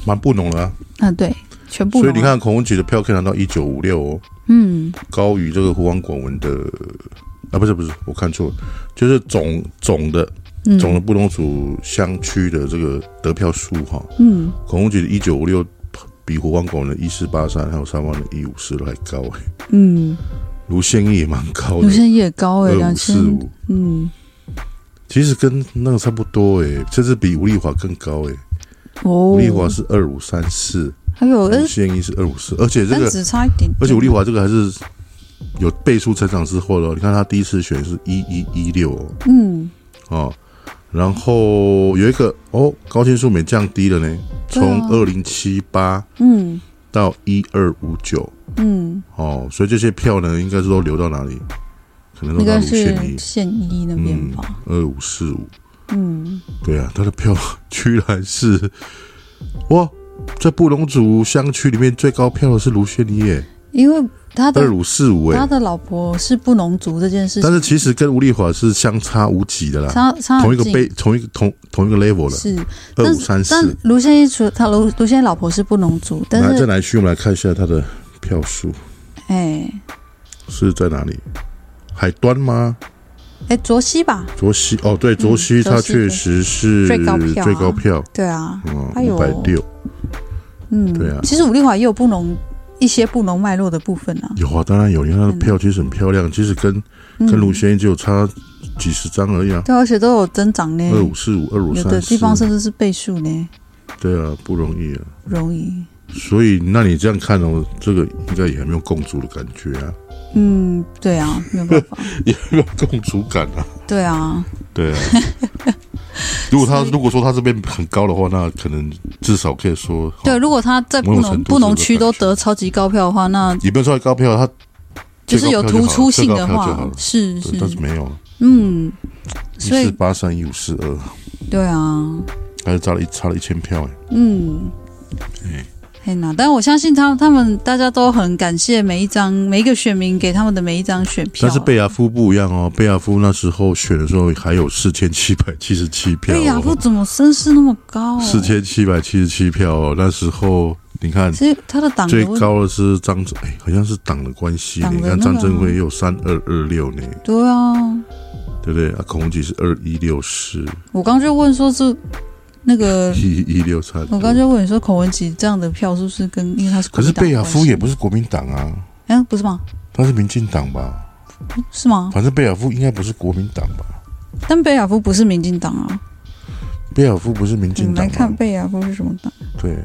[SPEAKER 2] 蛮布农了啊。
[SPEAKER 1] 啊对，全部。
[SPEAKER 2] 所以你，看，孔文举的票可以拿到一九五六哦，
[SPEAKER 1] 嗯，
[SPEAKER 2] 高于这个胡王广文的啊，不是不是，我看错了，就是总总的
[SPEAKER 1] 嗯
[SPEAKER 2] 总的布农族乡区的这个得票数哈、
[SPEAKER 1] 嗯，
[SPEAKER 2] 孔文举的一九五六比胡王广文的一四八三还有三万的一五四都还高哎，
[SPEAKER 1] 嗯，
[SPEAKER 2] 卢宪义也蛮高
[SPEAKER 1] 有
[SPEAKER 2] 的，
[SPEAKER 1] 些也高哎，
[SPEAKER 2] 二
[SPEAKER 1] 两
[SPEAKER 2] 五
[SPEAKER 1] 千
[SPEAKER 2] 四，五，
[SPEAKER 1] 嗯，
[SPEAKER 2] 其实跟那个差不多哎，甚至比吴丽华更高哎，
[SPEAKER 1] 哦
[SPEAKER 2] 吴，丽华是二五三四，
[SPEAKER 1] 还有，
[SPEAKER 2] 卢
[SPEAKER 1] 呃
[SPEAKER 2] 宪义是二五四，而且这
[SPEAKER 1] 但
[SPEAKER 2] 个
[SPEAKER 1] 只差一点点，
[SPEAKER 2] 而且吴丽华这个还是有倍数成长之后的哦，你看他第一次选是一一一六
[SPEAKER 1] 嗯，
[SPEAKER 2] 哦，然后有一个哦，高清素美降低了呢，
[SPEAKER 1] 对啊
[SPEAKER 2] 从二零七八
[SPEAKER 1] 嗯
[SPEAKER 2] 到一二五九
[SPEAKER 1] 嗯，
[SPEAKER 2] 哦，所以这些票呢，应该是都流到哪里？可能都
[SPEAKER 1] 应
[SPEAKER 2] 到
[SPEAKER 1] 该
[SPEAKER 2] 卢
[SPEAKER 1] 是
[SPEAKER 2] 县一
[SPEAKER 1] 县一那边吧，
[SPEAKER 2] 二五四五，
[SPEAKER 1] 嗯，
[SPEAKER 2] 对啊，他的票居然是哇，在布隆族乡区里面最高票的是卢县一耶，
[SPEAKER 1] 因为他的
[SPEAKER 2] 二五四五
[SPEAKER 1] 啊他
[SPEAKER 2] 哎，
[SPEAKER 1] 的老婆是布农族这件事
[SPEAKER 2] 但
[SPEAKER 1] 情，
[SPEAKER 2] 是其实跟吴丽华是相差无几的啦。
[SPEAKER 1] 差差
[SPEAKER 2] 同
[SPEAKER 1] 很
[SPEAKER 2] 一个
[SPEAKER 1] 近
[SPEAKER 2] 杯，同一个同同一个 level 了，
[SPEAKER 1] 是，
[SPEAKER 2] 二
[SPEAKER 1] 但
[SPEAKER 2] 五
[SPEAKER 1] 是
[SPEAKER 2] 三
[SPEAKER 1] 但
[SPEAKER 2] 四。
[SPEAKER 1] 卢先一除他卢卢先一老婆是布农族，但
[SPEAKER 2] 来，再
[SPEAKER 1] 是
[SPEAKER 2] 来去，我们来看一下它的票数
[SPEAKER 1] 哎
[SPEAKER 2] 是在哪里？海端吗？
[SPEAKER 1] 哎卓西吧，
[SPEAKER 2] 卓西哦，对，卓西
[SPEAKER 1] 嗯
[SPEAKER 2] 它
[SPEAKER 1] 卓西
[SPEAKER 2] 确实是
[SPEAKER 1] 最高票啊
[SPEAKER 2] 最高票，
[SPEAKER 1] 对啊，
[SPEAKER 2] 嗯，
[SPEAKER 1] 哎呦
[SPEAKER 2] 五百六。
[SPEAKER 1] 嗯，
[SPEAKER 2] 对啊
[SPEAKER 1] 其实武丽华也有布农一些布农脉络的部分啊，
[SPEAKER 2] 有啊，当然有，你看它的票其实很漂亮，其实跟
[SPEAKER 1] 嗯
[SPEAKER 2] 跟卢先一只有差几十张而已啊，
[SPEAKER 1] 对啊，而且都有增长呢，
[SPEAKER 2] 二五四五、二五
[SPEAKER 1] 有
[SPEAKER 2] 三
[SPEAKER 1] 的地方
[SPEAKER 2] 四，
[SPEAKER 1] 甚至是倍数呢，
[SPEAKER 2] 对啊，不容易啊。
[SPEAKER 1] 不容易。
[SPEAKER 2] 所以，那你这样看哦，这个应该也还没有共主的感觉 啊，
[SPEAKER 1] 嗯，对啊，没有办 法，
[SPEAKER 2] 也没有共主感啊。
[SPEAKER 1] 对啊，
[SPEAKER 2] 对 啊，如果他
[SPEAKER 1] 所以
[SPEAKER 2] 如果说他这边很高的话，那可能至少可以说，
[SPEAKER 1] 对，
[SPEAKER 2] 哦，
[SPEAKER 1] 如果他在布
[SPEAKER 2] 某种
[SPEAKER 1] 农
[SPEAKER 2] 程度
[SPEAKER 1] 布农
[SPEAKER 2] 是有
[SPEAKER 1] 区都
[SPEAKER 2] 感觉
[SPEAKER 1] 得超级高票的话，那
[SPEAKER 2] 也不能说他高票，他
[SPEAKER 1] 就是有突出性的
[SPEAKER 2] 最高票就好
[SPEAKER 1] 话
[SPEAKER 2] 了，
[SPEAKER 1] 是
[SPEAKER 2] 对但是
[SPEAKER 1] 是，
[SPEAKER 2] 没有啊
[SPEAKER 1] 嗯，
[SPEAKER 2] 一
[SPEAKER 1] 所
[SPEAKER 2] 四
[SPEAKER 1] 以
[SPEAKER 2] 八三一五四二，
[SPEAKER 1] 对啊，
[SPEAKER 2] 还是差了一差了一千票哎，
[SPEAKER 1] 嗯
[SPEAKER 2] 哎，
[SPEAKER 1] 嘿呐，但我相信他他们大家都很感谢每一张每一个选民给他们的每一张选票。
[SPEAKER 2] 但是贝亚夫不一样哦，贝亚夫那时候选的时候还有四千七百七十七票、
[SPEAKER 1] 贝亚夫
[SPEAKER 2] 哦，
[SPEAKER 1] 哎怎么声势那么高、哦？
[SPEAKER 2] 四，千七百七十七票哦，那时候你看。
[SPEAKER 1] 所以他的党的
[SPEAKER 2] 最
[SPEAKER 1] 问
[SPEAKER 2] 高的是张，哎，好像是党的关系呢。
[SPEAKER 1] 党的
[SPEAKER 2] 你看
[SPEAKER 1] 那
[SPEAKER 2] 张
[SPEAKER 1] 个
[SPEAKER 2] 振
[SPEAKER 1] 啊
[SPEAKER 2] 辉有三二二六呢，
[SPEAKER 1] 对啊，
[SPEAKER 2] 对不对？啊，孔吉是二一六四，
[SPEAKER 1] 我刚就问说是那个，
[SPEAKER 2] 一一六三。
[SPEAKER 1] 我刚就问你说孔文吉这样的票是不是跟因为他是
[SPEAKER 2] 可是
[SPEAKER 1] 国
[SPEAKER 2] 贝
[SPEAKER 1] 民
[SPEAKER 2] 亚
[SPEAKER 1] 党
[SPEAKER 2] 夫
[SPEAKER 1] 的关系
[SPEAKER 2] 也不是国民党啊，
[SPEAKER 1] 嗯不是吗？
[SPEAKER 2] 他是民进党吧？
[SPEAKER 1] 是吗？
[SPEAKER 2] 反正贝亚夫应该不是国民党吧？
[SPEAKER 1] 但贝亚夫不是民进党啊。
[SPEAKER 2] 贝亚夫不是民
[SPEAKER 1] 我
[SPEAKER 2] 进
[SPEAKER 1] 们来
[SPEAKER 2] 党
[SPEAKER 1] 看
[SPEAKER 2] 吗？
[SPEAKER 1] 贝亚夫是什么党？
[SPEAKER 2] 对，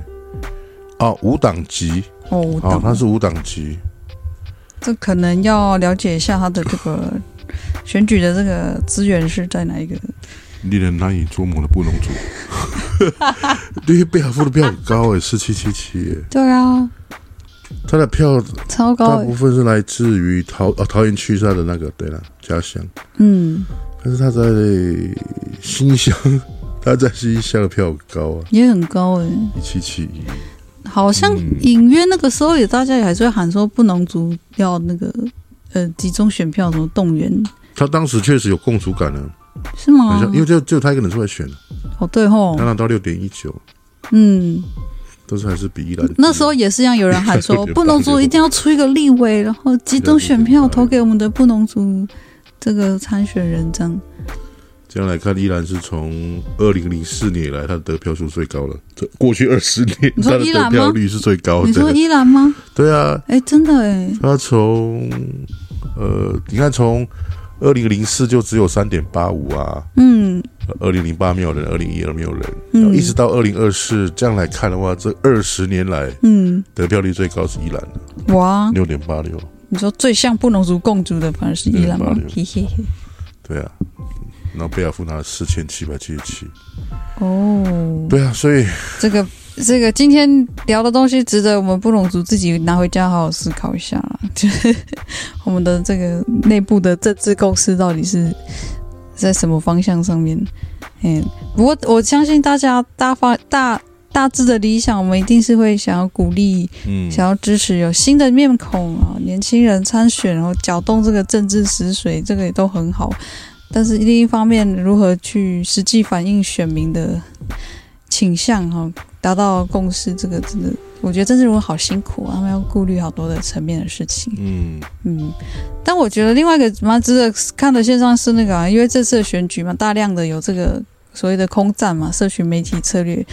[SPEAKER 2] 哦，无党籍
[SPEAKER 1] 哦，我
[SPEAKER 2] 哦
[SPEAKER 1] 懂，
[SPEAKER 2] 他是无党籍，
[SPEAKER 1] 这可能要了解一下他的这个选举的这个资源是在哪一个。
[SPEAKER 2] 令人难以捉摸的布农族。 对于贝亚夫的票很高诶，哎四七七七，
[SPEAKER 1] 对啊，
[SPEAKER 2] 他的票
[SPEAKER 1] 超
[SPEAKER 2] 大
[SPEAKER 1] 高欸、
[SPEAKER 2] 部分是来自于桃哦桃园区是他的那个对了家乡，
[SPEAKER 1] 嗯，
[SPEAKER 2] 但是他在新乡， 他在新乡的票很高啊，
[SPEAKER 1] 也很高诶、
[SPEAKER 2] 一七七一。
[SPEAKER 1] 好像
[SPEAKER 2] 嗯
[SPEAKER 1] 隐约那个时候也大家也还是会喊说不能族要那个呃集中选票什么动员
[SPEAKER 2] 他当时确实有共主感呢，
[SPEAKER 1] 是吗
[SPEAKER 2] 很？像，因为就只有他一个人出来选，
[SPEAKER 1] 哦对吼
[SPEAKER 2] 他，拿到六点一九，
[SPEAKER 1] 嗯，
[SPEAKER 2] 都是还是比一兰低
[SPEAKER 1] 那时候也是一样，有人喊
[SPEAKER 2] 有
[SPEAKER 1] 说
[SPEAKER 2] 点
[SPEAKER 1] 不能族一定要出一个立委，然后集中选票投给我们的不能族这个参选人这样。
[SPEAKER 2] 这样来看，依然是从二零零四年以来，他的得票数最高了。这过去二十年，
[SPEAKER 1] 你
[SPEAKER 2] 他
[SPEAKER 1] 说
[SPEAKER 2] 的
[SPEAKER 1] 依兰
[SPEAKER 2] 得
[SPEAKER 1] 吗
[SPEAKER 2] 票率是最高
[SPEAKER 1] 你说
[SPEAKER 2] 的。
[SPEAKER 1] 依然吗？
[SPEAKER 2] 对啊，
[SPEAKER 1] 哎，真的哎，
[SPEAKER 2] 他从呃，你看从二零零四就只有三点八五啊，
[SPEAKER 1] 嗯
[SPEAKER 2] 二零零八没有人，二零一二没有人，然后
[SPEAKER 1] 嗯
[SPEAKER 2] 哦一直到二零二四，这样来看的话，这二十年来
[SPEAKER 1] 嗯，
[SPEAKER 2] 得票率最高是依兰
[SPEAKER 1] 哦
[SPEAKER 2] 的
[SPEAKER 1] 哇，
[SPEAKER 2] 六点八六。
[SPEAKER 1] 你说最像不能族共主的反而是依然吗
[SPEAKER 2] 对八六？
[SPEAKER 1] 嘿嘿嘿，
[SPEAKER 2] 对啊，然后贝尔夫拿了四千七百七十七。
[SPEAKER 1] 嗯哦。
[SPEAKER 2] 对啊，所以
[SPEAKER 1] 这个这个今天聊的东西，值得我们布隆族自己拿回家好好思考一下啦。就是我们的这个内部的政治构思到底是在什么方向上面？嗯，不过我相信大家大方大大致的理想，我们一定是会想要鼓励、
[SPEAKER 2] 嗯，
[SPEAKER 1] 想要支持有新的面孔啊，年轻人参选，然后搅动这个政治死水，这个也都很好。但是另一方面，如何去实际反映选民的倾向哈、达到共识，这个真的，我觉得政治人物好辛苦啊，他们要顾虑好多的层面的事情。
[SPEAKER 2] 嗯，
[SPEAKER 1] 嗯，但我觉得另外一个蛮值得看的现象是那个、啊，因为这次的选举嘛，大量的有这个所谓的空战嘛，社群媒体策略，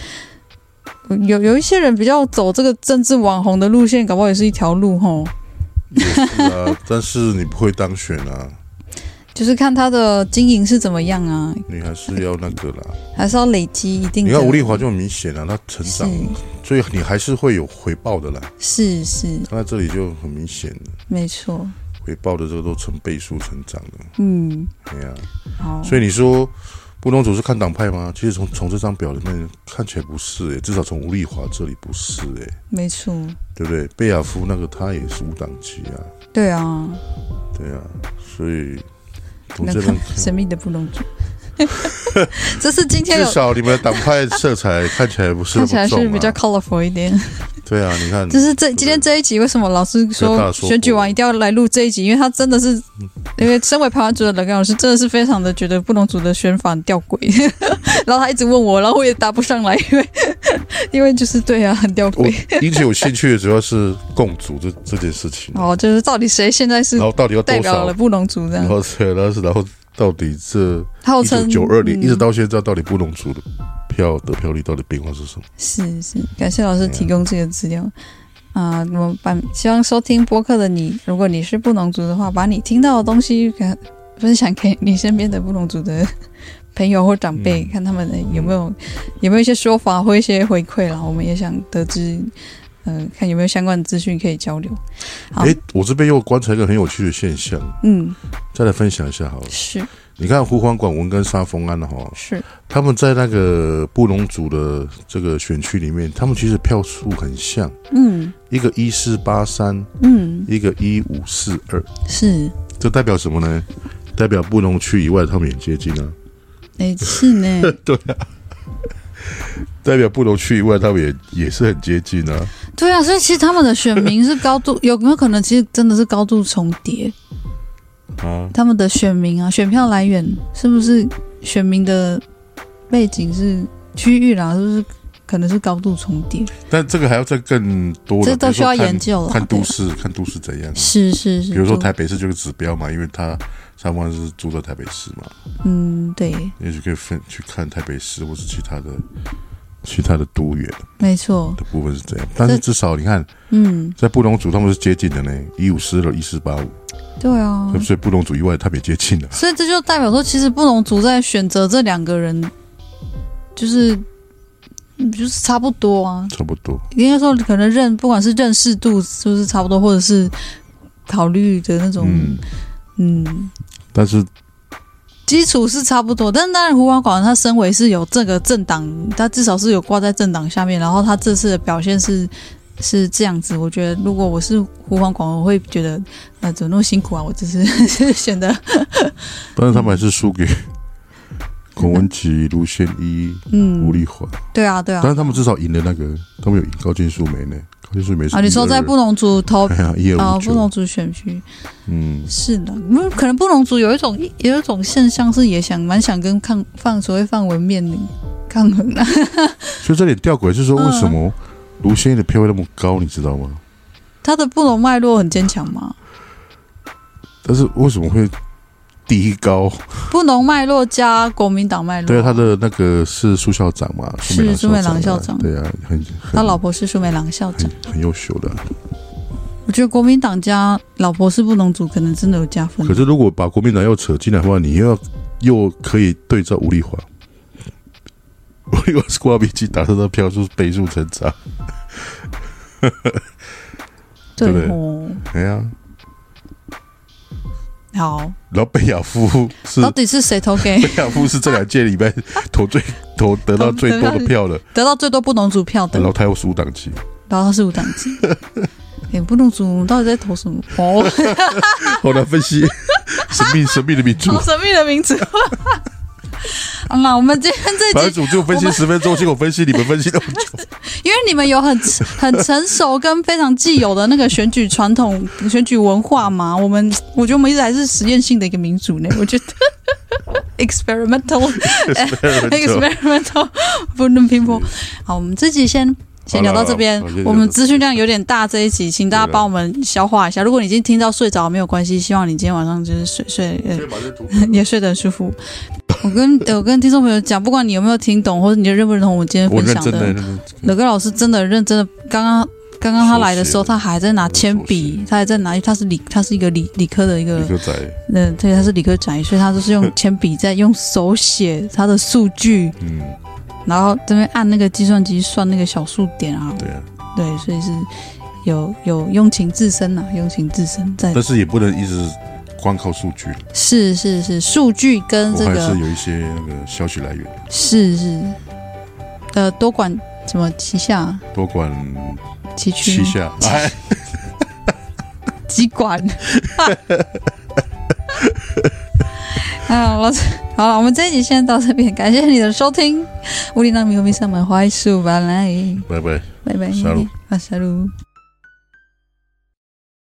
[SPEAKER 1] 有有一些人比较走这个政治网红的路线，搞不好也是一条路吼，
[SPEAKER 2] 也是啊，但是你不会当选啊，
[SPEAKER 1] 就是看他的经营是怎么样啊，
[SPEAKER 2] 你还是要那个啦。
[SPEAKER 1] 还是要累积一定
[SPEAKER 2] 你
[SPEAKER 1] 的。
[SPEAKER 2] 看吴丽华就很明显了、啊，她成
[SPEAKER 1] 是
[SPEAKER 2] 长，所以你还是会有回报的啦。
[SPEAKER 1] 是是，
[SPEAKER 2] 她在这里就很明显，
[SPEAKER 1] 没错，
[SPEAKER 2] 回报的这个都成倍数成长的。
[SPEAKER 1] 嗯，
[SPEAKER 2] 哎呀、
[SPEAKER 1] 好，
[SPEAKER 2] 所以你说布农族是看党派吗？其实从从这张表里面看起来不是、欸，至少从吴丽华这里不是、欸，
[SPEAKER 1] 没错，
[SPEAKER 2] 对不对？贝亚夫那个他也是无党籍啊，
[SPEAKER 1] 对啊，
[SPEAKER 2] 对啊，所以从
[SPEAKER 1] 那
[SPEAKER 2] 这
[SPEAKER 1] 个
[SPEAKER 2] 边
[SPEAKER 1] 神
[SPEAKER 2] 看，
[SPEAKER 1] 秘的布 隆族，这是今天
[SPEAKER 2] 至
[SPEAKER 1] 有
[SPEAKER 2] 少你们的党派色彩看起来不是
[SPEAKER 1] 看
[SPEAKER 2] 那
[SPEAKER 1] 起来
[SPEAKER 2] 么
[SPEAKER 1] 是
[SPEAKER 2] 重
[SPEAKER 1] 比较
[SPEAKER 2] 啊。
[SPEAKER 1] colorful 一点。
[SPEAKER 2] 对啊，你看，
[SPEAKER 1] 就是这
[SPEAKER 2] 对
[SPEAKER 1] 今天这一集，为什么老师
[SPEAKER 2] 这大
[SPEAKER 1] 说
[SPEAKER 2] 家说过嗯
[SPEAKER 1] 选举完一定要来录这一集？因为他真的是，因为身为排湾组的冷干老师，真的是非常的觉得布农族的选法很吊诡， 然后他一直问我，然后我也答不上来，因为 因为就是对啊，很吊
[SPEAKER 2] 我
[SPEAKER 1] 诡。
[SPEAKER 2] 引起我兴趣的主要是共主这这件事情，啊
[SPEAKER 1] 哦，就是到底谁现在是
[SPEAKER 2] 然后到底要
[SPEAKER 1] 代
[SPEAKER 2] 多
[SPEAKER 1] 表
[SPEAKER 2] 少
[SPEAKER 1] 了？布农族这
[SPEAKER 2] 然
[SPEAKER 1] 样？
[SPEAKER 2] 后对，然后是然后到底这
[SPEAKER 1] 号
[SPEAKER 2] 一九
[SPEAKER 1] 称
[SPEAKER 2] 九二年
[SPEAKER 1] 嗯
[SPEAKER 2] 一直到现在，到底布农族的票得票率到底变化是什么？
[SPEAKER 1] 是是，感谢老师提供这个资料。啊、那么把希望收听播客的你，如果你是布农族的话，把你听到的东西给分享给你身边的布农族的朋友或长辈，
[SPEAKER 2] 嗯
[SPEAKER 1] 看他们的有没有有没有一些说法或一些回馈啦。我们也想得知，嗯、看有没有相关的资讯可以交流。好
[SPEAKER 2] 诶，我这边又观察一个很有趣的现象，
[SPEAKER 1] 嗯，
[SPEAKER 2] 再来分享一下好了。
[SPEAKER 1] 是
[SPEAKER 2] 你看胡黄广文跟沙峰安的哈，
[SPEAKER 1] 是，
[SPEAKER 2] 他们在那个布农族的这个选区里面，他们其实票数很像，
[SPEAKER 1] 嗯
[SPEAKER 2] 一个一四八三，
[SPEAKER 1] 嗯
[SPEAKER 2] 一个一五四二，
[SPEAKER 1] 是，
[SPEAKER 2] 这代表什么呢？代表布农区以外，他们也接近啊。
[SPEAKER 1] 哎、是呢。
[SPEAKER 2] 代表布农区以外，他们也也是很接近啊。
[SPEAKER 1] 对啊，所以其实他们的选民是高度有没有可能，其实真的是高度重叠？
[SPEAKER 2] 啊，
[SPEAKER 1] 他们的选民啊，选票来源是不是选民的背景是区域啦？是不是可能是高度重叠？
[SPEAKER 2] 但这个还要再更多的，
[SPEAKER 1] 这都需要
[SPEAKER 2] 比如说看
[SPEAKER 1] 研究了。
[SPEAKER 2] 看
[SPEAKER 1] 对
[SPEAKER 2] 都市，看都市怎样。啊
[SPEAKER 1] 是是是，
[SPEAKER 2] 比如说
[SPEAKER 1] 就
[SPEAKER 2] 台北市就是指标嘛，因为他三万是住在台北市嘛，
[SPEAKER 1] 嗯，对，
[SPEAKER 2] 也许可以分去看台北市或是其他的其他的都远
[SPEAKER 1] 没错，
[SPEAKER 2] 的部分是怎样。但是至少你看，
[SPEAKER 1] 嗯，
[SPEAKER 2] 在布农族他们是接近的呢，一五四六、一四八五，
[SPEAKER 1] 对啊，
[SPEAKER 2] 所以布农族以外他们也接近了。
[SPEAKER 1] 所以这就代表说，其实布农族在选择这两个人，就是嗯就是差不多啊，
[SPEAKER 2] 差不多，
[SPEAKER 1] 应该说可能认不管是认识度是不是差不多，或者是考虑的那种
[SPEAKER 2] 嗯，
[SPEAKER 1] 嗯
[SPEAKER 2] 但是
[SPEAKER 1] 基础是差不多。但是当然，胡广广他身为是有这个政党，他至少是有挂在政党下面，然后他这次的表现是。是这样子，我觉得如果我是胡广广，我会觉得，呃，怎么那么辛苦啊？我只是 选的，
[SPEAKER 2] 但是他们还 是输给孔文吉、卢先一、吴
[SPEAKER 1] 嗯，
[SPEAKER 2] 丽华，
[SPEAKER 1] 对啊，对啊
[SPEAKER 2] 但。是他们至少赢了那个，他们有赢高进素梅呢，高进素梅是
[SPEAKER 1] 啊，你说在
[SPEAKER 2] 12
[SPEAKER 1] 布农族投
[SPEAKER 2] 哎呀一
[SPEAKER 1] 啊
[SPEAKER 2] 二五，
[SPEAKER 1] 布农
[SPEAKER 2] 九，
[SPEAKER 1] 族选区，
[SPEAKER 2] 嗯，
[SPEAKER 1] 是的，嗯，可能布农族有一种有一种现象是也想蛮想跟抗放所谓范文面临抗衡啊的、
[SPEAKER 2] 所以这里吊诡是说，为什
[SPEAKER 1] 嗯
[SPEAKER 2] 么卢先的票位那么高，你知道吗？
[SPEAKER 1] 他的布农脉络很坚强嘛，
[SPEAKER 2] 但是为什么会第一高？
[SPEAKER 1] 布农脉络加国民党脉络，
[SPEAKER 2] 对啊，他的那个是苏校长嘛，
[SPEAKER 1] 是
[SPEAKER 2] 苏美郎
[SPEAKER 1] 苏美郎校
[SPEAKER 2] 校
[SPEAKER 1] 长
[SPEAKER 2] 长啊，对啊，很很
[SPEAKER 1] 他老婆是苏美郎校长，
[SPEAKER 2] 很很优秀的啊。
[SPEAKER 1] 我觉得国民党加老婆是布农族，可能真的有加分
[SPEAKER 2] 可。是如果把国民党要扯进来的话，你又要又可以对照吴丽华， 吴丽华是挂笔记打他的票数倍数成长，对不对
[SPEAKER 1] 哦，
[SPEAKER 2] 哎呀，
[SPEAKER 1] 好，
[SPEAKER 2] 然后贝亚夫 是
[SPEAKER 1] 到底是谁投 给
[SPEAKER 2] 贝亚夫是这两届里面 投最投得到最多的票了，
[SPEAKER 1] 得到最多布农族票的
[SPEAKER 2] 然？后他又输党籍。
[SPEAKER 1] 然后他是无党 籍。哎、布农族到底在投什么？哦，
[SPEAKER 2] 好难分析，神秘神秘的民族
[SPEAKER 1] 好神秘的名字。好啦，我们今天这
[SPEAKER 2] 白
[SPEAKER 1] 集，
[SPEAKER 2] 组就分析十分钟，结果分析你们分析那么 久，
[SPEAKER 1] 因为你们有很很成熟跟非常既有的那个选举传统、选举文化嘛，我们我觉得我们一直还是实验性的一个民族呢，我觉得 experimental
[SPEAKER 2] 没错
[SPEAKER 1] experimental 不能拼搏。好，我们这集先。先聊到这边
[SPEAKER 2] 好了好了，
[SPEAKER 1] 我们资讯量有点大，这一集请大家帮我们消化一下。如果你已经听到睡着没有关系，希望你今天晚上就是睡睡 呃
[SPEAKER 2] 所以把这图
[SPEAKER 1] 也睡得很舒服。我跟我跟听众朋友讲，不管你有没有听懂，或者你认不认同我们今天
[SPEAKER 2] 我
[SPEAKER 1] 分
[SPEAKER 2] 认
[SPEAKER 1] 享
[SPEAKER 2] 真的
[SPEAKER 1] 的，
[SPEAKER 2] 认真的，
[SPEAKER 1] 乐哥老师真的认真的，刚刚。刚刚他来的时候，
[SPEAKER 2] 手写
[SPEAKER 1] 他还在拿铅笔
[SPEAKER 2] 手写，
[SPEAKER 1] 他还在拿，他是理，他是一个理理科的一个
[SPEAKER 2] 一，个仔，
[SPEAKER 1] 嗯、对，他是理科宅，所以他就是用铅笔在用手写他的数据，
[SPEAKER 2] 嗯，
[SPEAKER 1] 然后这边按那个计算机算那个小数点啊，
[SPEAKER 2] 对啊，
[SPEAKER 1] 对，所以是有有用情至深呐、啊，用情至深在
[SPEAKER 2] 但是也不能一直光靠数据，
[SPEAKER 1] 是是是，数据跟
[SPEAKER 2] 我
[SPEAKER 1] 这
[SPEAKER 2] 还
[SPEAKER 1] 个
[SPEAKER 2] 是有一些那个消息来源，
[SPEAKER 1] 是是，呃，多管什么旗下
[SPEAKER 2] 多管
[SPEAKER 1] 旗区
[SPEAKER 2] 齐下，
[SPEAKER 1] 嗯
[SPEAKER 2] 哎，
[SPEAKER 1] 机管。 啊，老师，好了，我们这一集先到这边，感谢你的收听。无理让迷和迷上门花一十五吧，来，
[SPEAKER 2] 拜拜。
[SPEAKER 1] 拜拜，
[SPEAKER 2] 下路
[SPEAKER 1] 啊，下路。